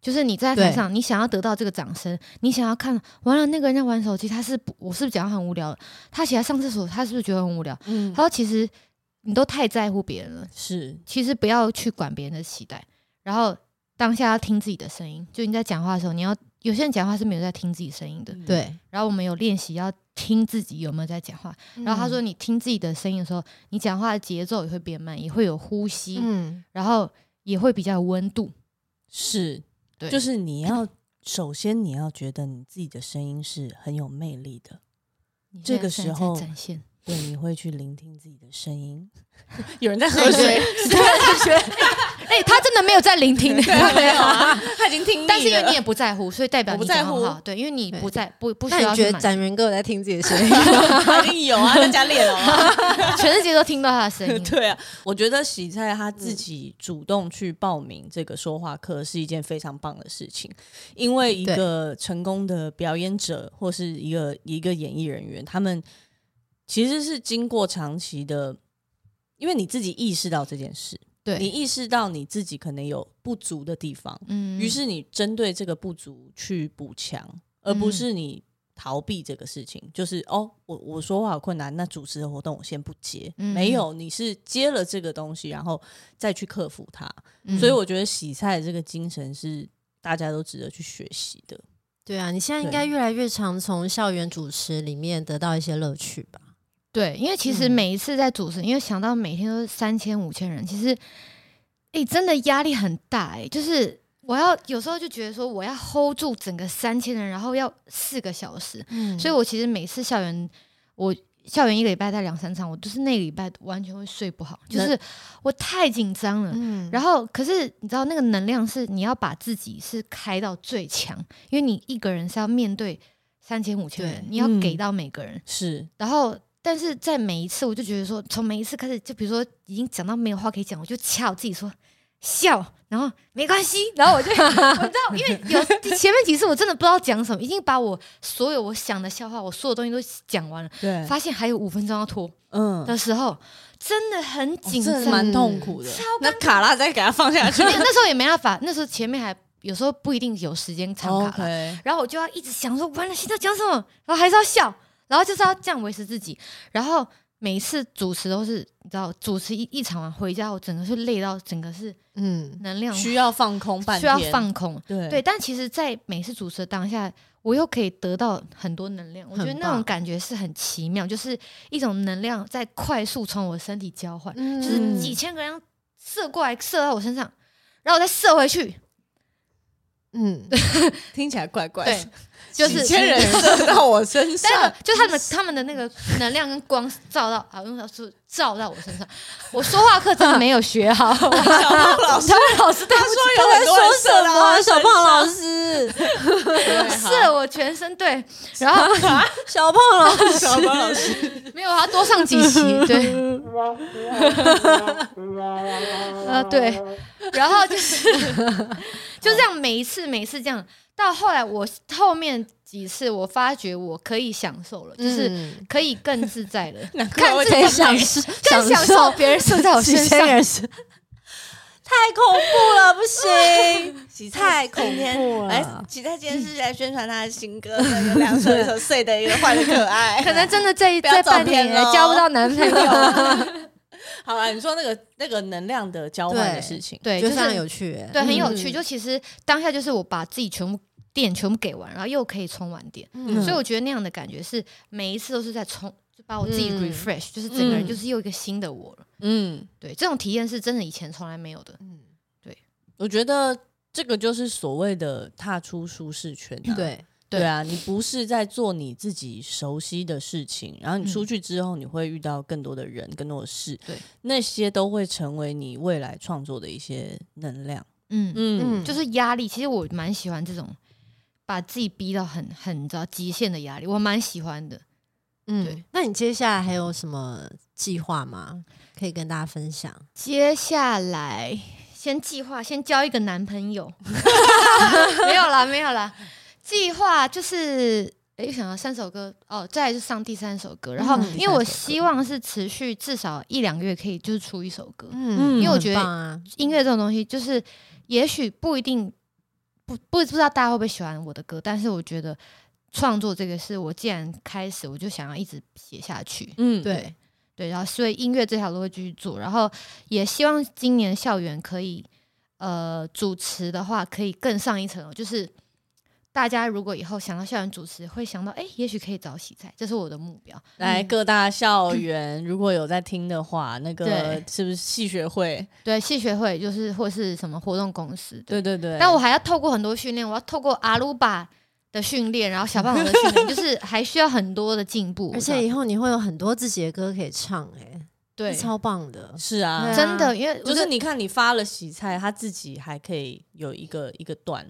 Speaker 2: 就是你在台上，你想要得到这个掌声，你想要看完了那个人在玩手机，他是不我是不是讲话很无聊？他起来上厕所，他是不是觉得很无聊？
Speaker 3: 嗯
Speaker 2: 他，说其实你都太在乎别人了，
Speaker 3: 是
Speaker 2: 其实不要去管别人的期待，然后当下要听自己的声音。就你在讲话的时候，你要有些人讲话是没有在听自己声音的，
Speaker 3: 嗯
Speaker 1: 对。
Speaker 2: 然后我们有练习要听自己有没有在讲话，
Speaker 3: 嗯
Speaker 2: 然后他说，你听自己的声音的时候，你讲话的节奏也会变慢，也会有呼吸，
Speaker 1: 嗯，
Speaker 2: 然后也会比较有温度。
Speaker 3: 是，
Speaker 2: 对
Speaker 3: 就是你要首先你要觉得你自己的声音是很有魅力的，
Speaker 2: 你
Speaker 3: 这
Speaker 2: 现在
Speaker 3: 个
Speaker 2: 正
Speaker 3: 时
Speaker 2: 在
Speaker 3: 候
Speaker 2: 展 现，
Speaker 3: 对，你会去聆听自己的声音。 有人在
Speaker 2: 对对，哎、他真的 没有在聆听，
Speaker 3: 没有啊，他已经听腻了
Speaker 2: 但是因为 你也不在乎，所以代表
Speaker 3: 我不
Speaker 2: 你讲话
Speaker 3: 在乎
Speaker 2: 很好，对，因为你
Speaker 1: 对
Speaker 2: 不在不不需
Speaker 1: 那
Speaker 2: 要
Speaker 1: 你觉
Speaker 2: 去
Speaker 1: 得
Speaker 2: 满
Speaker 1: 展元哥有在听自己的声音？
Speaker 3: 他已经有啊，在家练了啊，
Speaker 2: 全世界都听到他的声音。
Speaker 3: 对啊，嗯我觉得喜菜他自己主动去报名这个说话课是一件非常棒的事情，因为一
Speaker 1: 对
Speaker 3: 个成功的表演者或是一个一个演艺人员，他们其实是经过长期的，因为你自己意识到这件事，你
Speaker 2: 对，
Speaker 3: 意识到你自己可能有不足的地方，
Speaker 2: 嗯
Speaker 3: 于是你针对这个不足去补强，而
Speaker 2: 嗯
Speaker 3: 不是你逃避这个事情。就是哦，我我说话有困难，那主持的活动我先不接。
Speaker 2: 嗯
Speaker 3: 没有，你是接了这个东西，然后再去克服它。
Speaker 2: 嗯
Speaker 3: 所以我觉得洗菜的这个精神是大家都值得去学习的。
Speaker 1: 对啊，你现在应该越来越常从校园主持里面得到一些乐趣吧？
Speaker 2: 对，因为其实
Speaker 3: 嗯
Speaker 2: 每一次在主持，因为想到每天都是三千五千人，其实，哎、真的压力很大哎、就是我要有时候就觉得说我要 hold 住整个三千人，然后要四个小时，
Speaker 1: 嗯，
Speaker 2: 所以我其实每次校园我。校园一个礼拜带两三场，我就是那个礼拜完全会睡不好，就
Speaker 3: 那
Speaker 2: 是我太紧张了。
Speaker 1: 嗯，
Speaker 2: 然后，可是你知道那个能量是你要把自己是开到最强，因为你一个人是要面对三千五千人
Speaker 1: 对，
Speaker 2: 你要
Speaker 3: 嗯
Speaker 2: 给到每个人。
Speaker 3: 是，
Speaker 2: 然后，但是在每一次，我就觉得说，从每一次开始，就比如说已经讲到没有话可以讲，我就掐我自己说笑，然后没关系，然后我就 我知道，因为 有前面几次我真的不知道讲什么，已经把我所有我想的笑话，我所有东西都讲完了，
Speaker 3: 对，
Speaker 2: 发现还有五分钟要拖
Speaker 3: 嗯，
Speaker 2: 的时候，真的很紧
Speaker 3: 哦
Speaker 2: 张
Speaker 3: 真，的蛮痛苦的。那卡拉再给他放下去。
Speaker 2: 没有那时候也没办法，那时候前面还有时候不一定有时间 唱卡啦
Speaker 3: 哦 OK，
Speaker 2: 然后我就要一直想说，完了现在讲什么，然后还是要笑，然后就是要这样维持自己。然后每次主持都是，你知道，主持一一场完回家，我整个是累到，整个是
Speaker 1: 嗯，
Speaker 2: 能量
Speaker 3: 需要放空半
Speaker 2: 需要
Speaker 3: 天，
Speaker 2: 放空。
Speaker 3: 对
Speaker 2: 对，但其实，在每次主持的当下，我又可以得到很多能量，我觉得
Speaker 1: 很
Speaker 2: 那种
Speaker 1: 棒
Speaker 2: 感觉是很奇妙，就是一种能量在快速从我身体交换，
Speaker 1: 就
Speaker 3: 嗯
Speaker 2: 就是几千个人射过来，射到我身上，然后我再射回去，
Speaker 1: 嗯，
Speaker 3: 听起来怪怪
Speaker 2: 对
Speaker 3: 的。，
Speaker 2: 就是
Speaker 3: 几千人 射到我身上，
Speaker 2: 但是就他们他们的那个能量跟光照到啊，用说照到我身上。我说话课真的没有学好，小胖老师，小胖老师对
Speaker 3: 他说有很多人射到他身上
Speaker 1: 老师，
Speaker 3: 对
Speaker 2: 不起，
Speaker 3: 好
Speaker 2: 射我全身对，然后
Speaker 1: 小胖老师，
Speaker 3: 小胖老 师，
Speaker 2: 没有，我要多上几期，对， 呃，对，然后就是 就这样，每一次每一次这样，到后来我后面几次我发觉我可以享受了，就是
Speaker 1: 嗯
Speaker 2: 可以更自在了，
Speaker 3: 难怪
Speaker 2: 看
Speaker 3: 我
Speaker 2: 自
Speaker 1: 可以
Speaker 2: 己
Speaker 1: 享受，
Speaker 2: 更享受别人射在我身上，
Speaker 1: 人生，太恐怖了，不行！
Speaker 4: 洗 菜今
Speaker 3: 怖
Speaker 4: 天
Speaker 3: 了
Speaker 4: 哎，洗菜今天是来宣传他的新歌， 有两首，一首碎的，一个坏的可爱。
Speaker 2: 可能真的这一
Speaker 4: 不要
Speaker 2: 这
Speaker 4: 照
Speaker 2: 半年
Speaker 4: 片咯
Speaker 2: 交不到男朋友，
Speaker 3: 好了，你说那个那个能量的交换的事情，
Speaker 2: 对，
Speaker 1: 觉
Speaker 2: 就
Speaker 1: 得非常有
Speaker 2: 是
Speaker 1: 趣欸，
Speaker 2: 对，很有趣。
Speaker 3: 嗯
Speaker 2: 就其实当下就是我把自己全部电全部给完，然后又可以充完电，
Speaker 1: 嗯
Speaker 2: 所以我觉得那样的感觉是每一次都是在充，就把我自己
Speaker 1: 嗯
Speaker 2: refresh，、就是整个人
Speaker 3: 嗯
Speaker 2: 就是又一个新的我了。
Speaker 3: 嗯，
Speaker 2: 对，这种体验是真的以前从来没有的。
Speaker 3: 我觉得这个就是所谓的踏出舒适圈、
Speaker 2: 嗯
Speaker 3: 啊，
Speaker 1: 对，
Speaker 3: 对啊，你不是在做你自己熟悉的事情，然后你出去之后，你会遇到更多的人、更多的事，
Speaker 2: 对，
Speaker 3: 那些都会成为你未来创作的一些能量，
Speaker 2: 嗯，
Speaker 3: 嗯，
Speaker 1: 嗯
Speaker 2: 就是压力。其实我蛮喜欢这种把自己逼到很很你知道极限的压力，我蛮喜欢的。
Speaker 1: 嗯
Speaker 2: 对，
Speaker 1: 那你接下来还有什么计划吗？可以跟大家分享？
Speaker 2: 接下来先计划，先交一个男朋友。 没有啦，没有啦。计划就是，诶，想到三首歌哦，再来就上第三首歌。然后，
Speaker 1: 嗯
Speaker 2: 因为我
Speaker 3: 第三首歌
Speaker 2: 希望是持续至少一两个月，可以就是出一首歌。
Speaker 1: 嗯
Speaker 3: 因为我
Speaker 2: 觉得
Speaker 1: 很棒啊，
Speaker 2: 音乐这种东西，就是也许不一定不不不知道大家会不会喜欢我的歌，但是我觉得创作这个是我既然开始，我就想要一直写下去。
Speaker 3: 嗯，
Speaker 1: 对，
Speaker 2: 对，然后所以音乐这条路会继续做，然后也希望今年校园可以，呃，主持的话可以更上一层楼，就是大家如果以后想到校园主持，会想到哎，诶也许可以找喜菜，这是我的目标。
Speaker 3: 来
Speaker 1: 嗯
Speaker 3: 各大校园，如果有在听的话，那个
Speaker 2: 对
Speaker 3: 是不是戏学会？
Speaker 2: 对，系学会就是或是什么活动公司，
Speaker 3: 对对对，
Speaker 2: 但我还要透过很多训练，我要透过阿鲁巴的训练，然后小胖老师的训练，就是还需要很多的进步，
Speaker 1: 而
Speaker 2: 我知
Speaker 1: 且
Speaker 2: 道
Speaker 1: 以后你会有很多自己的歌可以唱，哎，
Speaker 2: 对
Speaker 1: 是。超棒的。
Speaker 3: 是啊，
Speaker 1: 对啊
Speaker 2: 真的，因为我
Speaker 3: 就
Speaker 2: 觉
Speaker 3: 是
Speaker 2: 得
Speaker 3: 你看，你发了洗菜，他自己还可以有一个一个段，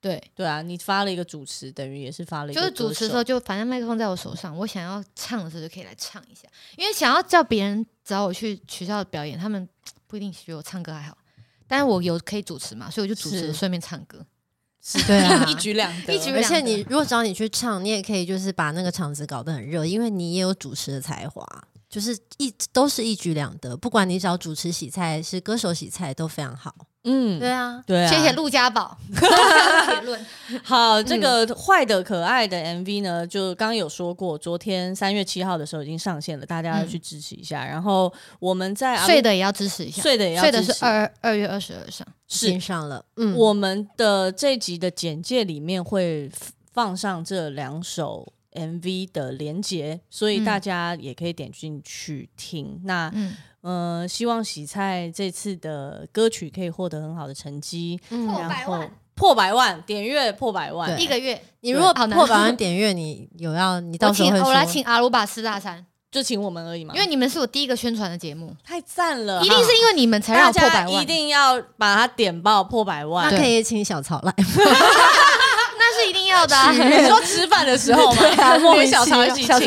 Speaker 2: 对，
Speaker 3: 对啊，你发了一个主持，等于也是发了一
Speaker 2: 就
Speaker 3: 个
Speaker 2: 是主持的时
Speaker 3: 歌
Speaker 2: 候
Speaker 3: 手
Speaker 2: 就反正麦克风在我手上，我想要唱的时候就可以来唱一下，因为想要叫别人找我去学校表演，他们不一定觉得我唱歌还好，但是我有可以主持嘛，所以我就主持
Speaker 3: 是
Speaker 2: 顺便唱歌，
Speaker 3: 是
Speaker 1: 对啊
Speaker 3: 一举两得，
Speaker 2: 一举
Speaker 1: 而且你如果找你去唱，你也可以就是把那个场子搞得很热，因为你也有主持的才华，就是一都是一举两得。不管你找主持洗菜，是歌手洗菜都非常好。
Speaker 3: 嗯，
Speaker 1: 对啊，
Speaker 3: 对啊，
Speaker 2: 谢谢陆家 宝。 结论
Speaker 3: 好，这
Speaker 2: 嗯
Speaker 3: 个坏的可爱的 MV 呢，就刚刚有说过，昨天三月七号的时候已经上线了，大家要去支持一下。然后我们在
Speaker 2: 嗯
Speaker 3: 啊
Speaker 2: 睡的也要支持一下，
Speaker 3: 哎睡的也要
Speaker 2: 睡的
Speaker 3: 支
Speaker 2: 是
Speaker 3: 持
Speaker 2: 二二月二十二上，
Speaker 1: 欣
Speaker 3: 是
Speaker 1: 赏了，嗯，
Speaker 3: 我们的这集的简介里面会放上这两首 MV 的连接，所以
Speaker 2: 嗯
Speaker 3: 大家也可以点进去听。那
Speaker 2: 嗯，
Speaker 3: 呃，希望洗菜这次的歌曲可以获得很好的成绩，
Speaker 1: 嗯
Speaker 2: 破
Speaker 3: 然
Speaker 2: 百
Speaker 3: 后
Speaker 2: 万
Speaker 3: 破百万点阅破百万
Speaker 1: 对，
Speaker 2: 一个月。
Speaker 1: 你如果
Speaker 2: 对好难
Speaker 1: 破百万点阅，你有要你到
Speaker 2: 我
Speaker 1: 时候
Speaker 2: 请
Speaker 1: 会
Speaker 2: 我来
Speaker 1: 说，
Speaker 2: 请阿鲁巴斯大山，
Speaker 3: 就请我们而已嘛，
Speaker 2: 因为你们是我第一个宣传的节目，
Speaker 3: 太赞了，
Speaker 2: 一定是因为你们才让
Speaker 3: 啊大
Speaker 2: 我破百
Speaker 3: 家
Speaker 2: 万
Speaker 3: 一，定要把它点爆破百
Speaker 1: 那
Speaker 3: 万。
Speaker 1: 可以请小曹来，
Speaker 2: 那是一啊定要的啊。
Speaker 3: 你说吃饭的时候嘛，我们小曹一起
Speaker 2: 小
Speaker 3: 请，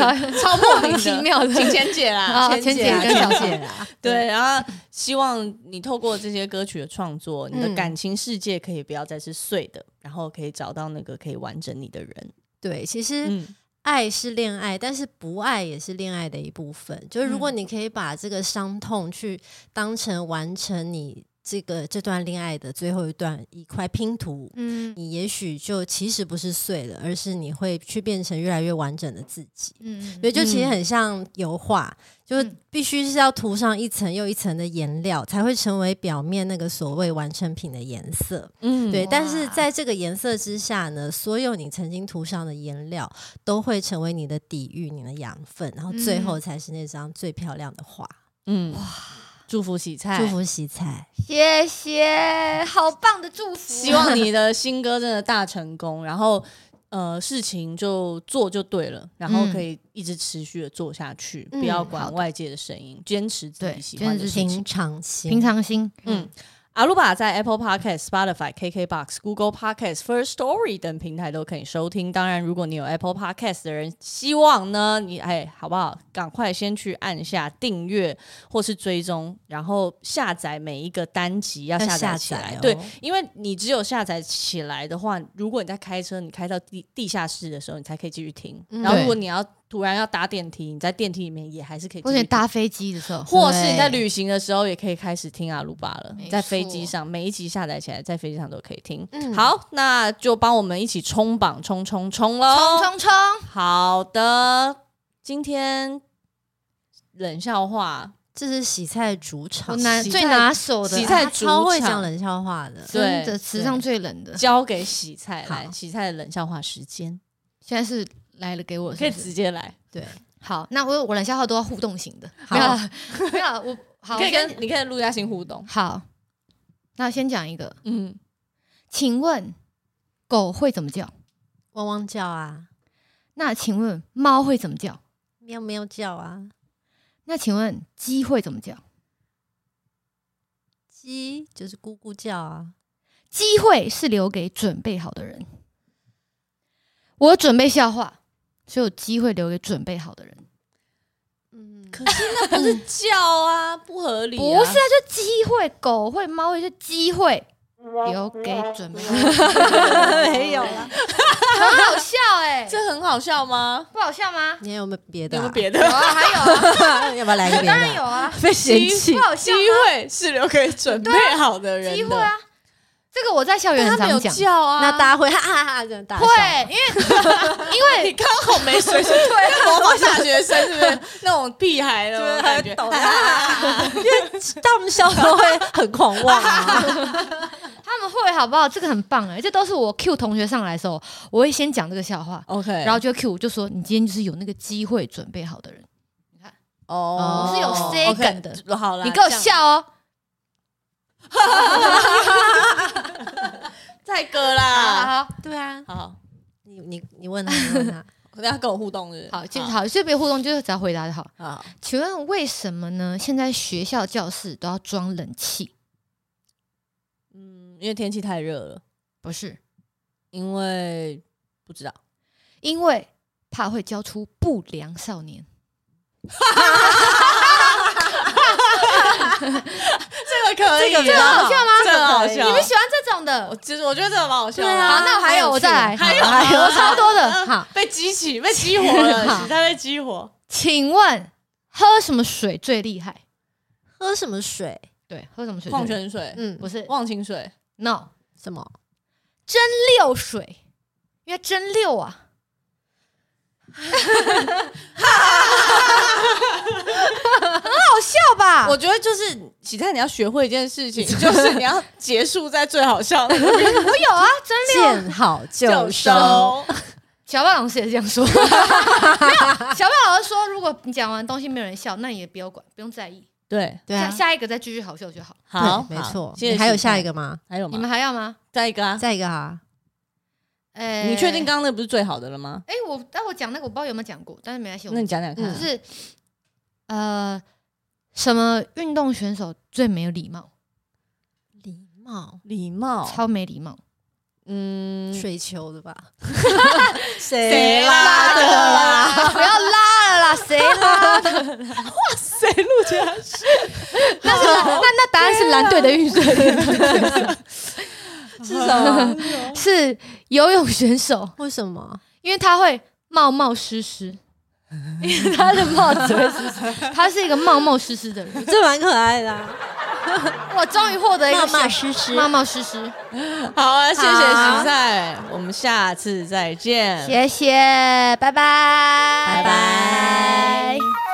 Speaker 3: 超
Speaker 2: 曹
Speaker 3: 莫名
Speaker 2: 奇妙的
Speaker 3: 请钱姐啦，
Speaker 2: 啊
Speaker 3: 钱
Speaker 2: 钱
Speaker 3: 姐
Speaker 2: 姐
Speaker 3: 啦
Speaker 2: 跟小
Speaker 3: 钱
Speaker 2: 曹
Speaker 3: 姐啦。 对，然后希望你透过这些歌曲的创作，你
Speaker 2: 嗯
Speaker 3: 的感情世界可以不要再是碎的，然后可以找到那个可以完整你的人。
Speaker 1: 对，其实。
Speaker 3: 嗯，
Speaker 1: 爱是恋爱，但是不爱也是恋爱的一部分。就是如
Speaker 2: 嗯
Speaker 1: 果你可以把这个伤痛去当成完成你这个这段恋爱的最后一段一块拼图，
Speaker 2: 嗯
Speaker 1: 你也许就其实不是碎了，而是你会去变成越来越完整的自己。
Speaker 2: 嗯
Speaker 1: 所以就其实很像油画，就是
Speaker 2: 嗯
Speaker 1: 必须是要涂上一层又一层的颜料，才会成为表面那个所谓完成品的颜色。
Speaker 3: 嗯
Speaker 1: 对，
Speaker 2: 哇
Speaker 1: 但是在这个颜色之下呢，所有你曾经涂上的颜料都会成为你的底蕴、你的养分，然后最后
Speaker 2: 嗯
Speaker 1: 才是那张最漂亮的画。
Speaker 3: 嗯，祝福洗菜，
Speaker 1: 祝福洗菜，
Speaker 2: 谢谢，好棒的祝福，啊
Speaker 3: 希望你的新歌真的大成功，然后呃事情就做就对了，然后可以一直持续的做下去，
Speaker 1: 嗯
Speaker 3: 不要
Speaker 2: 好
Speaker 3: 管
Speaker 2: 的
Speaker 3: 外界的声音，坚持自己
Speaker 2: 对
Speaker 3: 喜欢的
Speaker 2: 坚持
Speaker 3: 事情。
Speaker 2: 自己
Speaker 1: 平常心，
Speaker 2: 平常心，
Speaker 3: 嗯，阿鲁巴在 Apple Podcast、Spotify、KKBox、Google Podcast、First Story 等平台都可以收听。当然，如果你有 Apple Podcast 的人，希望呢，你哎，好不好？赶快先去按下订阅或是追踪，然后下载每一个单集要
Speaker 1: 要
Speaker 3: 下载
Speaker 1: 下
Speaker 3: 起来。
Speaker 1: 载哦
Speaker 3: 对，因为你只有下载起来的话，如果你在开车，你开到地地下室的时候，你才可以继续听。
Speaker 1: 嗯
Speaker 3: 然后，如
Speaker 2: 对
Speaker 3: 果你要突然要搭电梯，你在电梯里面也还是可以继
Speaker 2: 或
Speaker 3: 续
Speaker 2: 者
Speaker 3: 听
Speaker 2: 你。搭飞机的时候，
Speaker 3: 或是你在
Speaker 1: 对
Speaker 3: 旅行的时候，也可以开始听阿鲁巴了
Speaker 2: 没，错
Speaker 3: 在飞机上每一集下载起来，在飞机上都可以听。
Speaker 1: 嗯
Speaker 3: 好，那就帮我们一起冲榜，冲冲冲喽！
Speaker 2: 冲冲冲，
Speaker 3: 好的，今天冷笑 话，
Speaker 1: 这是洗菜主
Speaker 2: 我
Speaker 1: 场，
Speaker 2: 拿
Speaker 3: 洗
Speaker 2: 最
Speaker 3: 菜
Speaker 2: 拿手的
Speaker 3: 洗，菜
Speaker 1: 他
Speaker 3: 主
Speaker 1: 超会
Speaker 3: 场
Speaker 1: 讲冷笑话的。
Speaker 2: 真
Speaker 3: 对
Speaker 2: 的史上最冷的，
Speaker 3: 交给洗菜来，
Speaker 1: 好
Speaker 3: 洗菜的冷笑话时间，
Speaker 2: 现在是来了给我，
Speaker 3: 可以
Speaker 2: 是不是
Speaker 3: 直接来，
Speaker 1: 对，
Speaker 2: 好，那我我冷笑话都要互动型的，
Speaker 1: 好
Speaker 2: 没有啦 没有啦，我
Speaker 3: 你
Speaker 2: 好
Speaker 3: 可以
Speaker 2: 我先
Speaker 3: 跟你可以陆嘉欣互动。
Speaker 2: 好，那先讲一个，
Speaker 3: 嗯，
Speaker 2: 请问狗会怎么叫？
Speaker 1: 汪汪叫啊，
Speaker 2: 那请问猫会怎么叫？
Speaker 1: 喵喵叫啊，
Speaker 2: 那请问鸡会怎么叫？
Speaker 1: 鸡就是咕咕叫啊。
Speaker 2: 机会是留给准备好的人。我准备笑话，所以有机会留给准备好的人。
Speaker 1: 嗯，
Speaker 3: 可是那不是叫啊，不合理啊、
Speaker 2: 不是啊，就机会，狗会、猫会，就机会留给准备 好的人。
Speaker 4: 没有了，
Speaker 2: 很好笑 哎、
Speaker 3: 这很好笑吗？
Speaker 2: 不好笑吗？
Speaker 1: 你还有没有别的
Speaker 3: 有
Speaker 1: 啊、
Speaker 3: 没哦有别的
Speaker 2: 有？啊，还有 啊，
Speaker 1: 要不要来个别的
Speaker 2: 当
Speaker 1: 啊？
Speaker 2: 然有啊，
Speaker 3: 被
Speaker 2: 嫌弃不好
Speaker 3: 机
Speaker 2: 笑吗
Speaker 3: 会是留给准备好的人的。
Speaker 2: 机会啊，这个我在校园
Speaker 3: 但
Speaker 2: 很
Speaker 3: 他没有
Speaker 2: 常讲。
Speaker 3: 叫啊，
Speaker 1: 那大家会 哈哈哈这样大笑。
Speaker 2: 会， 因为因为
Speaker 3: 你刚好没水准，对，啊模仿大学生是不是那种屁孩的那种感 觉？啊
Speaker 1: 他们笑都会很狂妄啊。
Speaker 2: 他们会好不好？这个很棒哎、这都是我 Q 同学上来的时候，我会先讲这个笑话，
Speaker 3: OK，
Speaker 2: 然后就 Q 就说你今天就是有那个机会准备好的人，
Speaker 3: 哦
Speaker 1: 我是有
Speaker 2: say 梗的
Speaker 3: OK，好了，
Speaker 2: 你给我
Speaker 3: 这样，
Speaker 2: 笑哦。
Speaker 3: 再哥
Speaker 2: 好好
Speaker 3: 啦，
Speaker 2: 好，
Speaker 1: 对啊，
Speaker 3: 好，
Speaker 1: 你你你问他，你问他，
Speaker 3: 大家跟我互动是不是
Speaker 2: 好，就是，好，这边互动就是只要回答就好。
Speaker 3: 好，
Speaker 2: 请问为什么呢？现在学校教室都要装冷气？
Speaker 3: 嗯，因为天气太热了，
Speaker 2: 不是，
Speaker 3: 因为不知道，
Speaker 2: 因为怕会教出不良少年。
Speaker 3: 这个可以，这个
Speaker 2: 这个好笑吗？
Speaker 3: 啊这个好笑
Speaker 2: 你们喜欢这种的？
Speaker 3: 我其哦实我觉得这个蛮好笑的。
Speaker 1: 对啊
Speaker 2: 好，那我还有，我嗯再来，
Speaker 3: 还有啊嗯
Speaker 2: 好我超多的。
Speaker 1: 好，
Speaker 3: 被激起，被激活了，
Speaker 1: 好
Speaker 3: 洗菜被激活。
Speaker 2: 请问喝什么水最厉害？
Speaker 1: 喝什么水？
Speaker 2: 对，喝什么水最厉害？
Speaker 3: 矿泉水、
Speaker 1: 嗯，
Speaker 2: 不是
Speaker 3: 忘情水，
Speaker 2: ，no，
Speaker 1: 什么？
Speaker 2: 六水，因为真六啊。很好笑吧？
Speaker 3: 我觉得就是洗菜，你要学会一件事情，就是你要结束在最好笑的那
Speaker 2: 我有啊，真六。
Speaker 1: 见好
Speaker 3: 个
Speaker 1: 就
Speaker 3: 就
Speaker 1: 收。
Speaker 3: 收。
Speaker 2: 小霸老师也是这样 说。没有，小霸老师说，如果你讲完东西没有人笑，那你也不要管，不用在意。
Speaker 3: 对，
Speaker 1: 对
Speaker 2: 下
Speaker 1: 啊，
Speaker 2: 下一个再继续好笑就好。
Speaker 3: 好，
Speaker 1: 对没错。
Speaker 3: 谢谢
Speaker 1: 你还有
Speaker 3: 洗菜
Speaker 1: 下一个吗？
Speaker 3: 还有
Speaker 2: 你
Speaker 3: 吗
Speaker 2: 们？还要吗？
Speaker 3: 再一个啊，
Speaker 1: 再一个啊，
Speaker 2: 呃
Speaker 3: 你确定？刚刚那不是最好的了吗？
Speaker 2: 哎、我但我讲那个我不知道有没有讲过，但是没关系。我
Speaker 3: 那
Speaker 2: 们
Speaker 3: 你讲讲看
Speaker 2: 就。嗯是呃，什么运动选手最没有礼貌，
Speaker 1: 礼貌
Speaker 3: 礼貌，
Speaker 2: 超没礼貌。
Speaker 3: 嗯，
Speaker 1: 水球的吧？
Speaker 3: 谁拉的啦？
Speaker 2: 不要拉了啦，谁拉的？
Speaker 3: 谁陆家
Speaker 2: 那是那那答案是蓝队的运动 员，
Speaker 3: 是什么？
Speaker 2: 是游泳选手，
Speaker 1: 为什么？
Speaker 2: 因为他会冒冒失失，因为他的帽子会湿湿，他是一个冒冒失失的人。
Speaker 1: 这蛮可爱的啊，
Speaker 2: 我终于获得一个
Speaker 1: 骂 骂诗
Speaker 2: 选
Speaker 1: 诗。
Speaker 2: 冒冒失失，
Speaker 3: 好啊，谢谢
Speaker 1: 好
Speaker 3: 洗菜，我们下次再见。
Speaker 2: 谢谢，拜拜，拜
Speaker 1: 拜。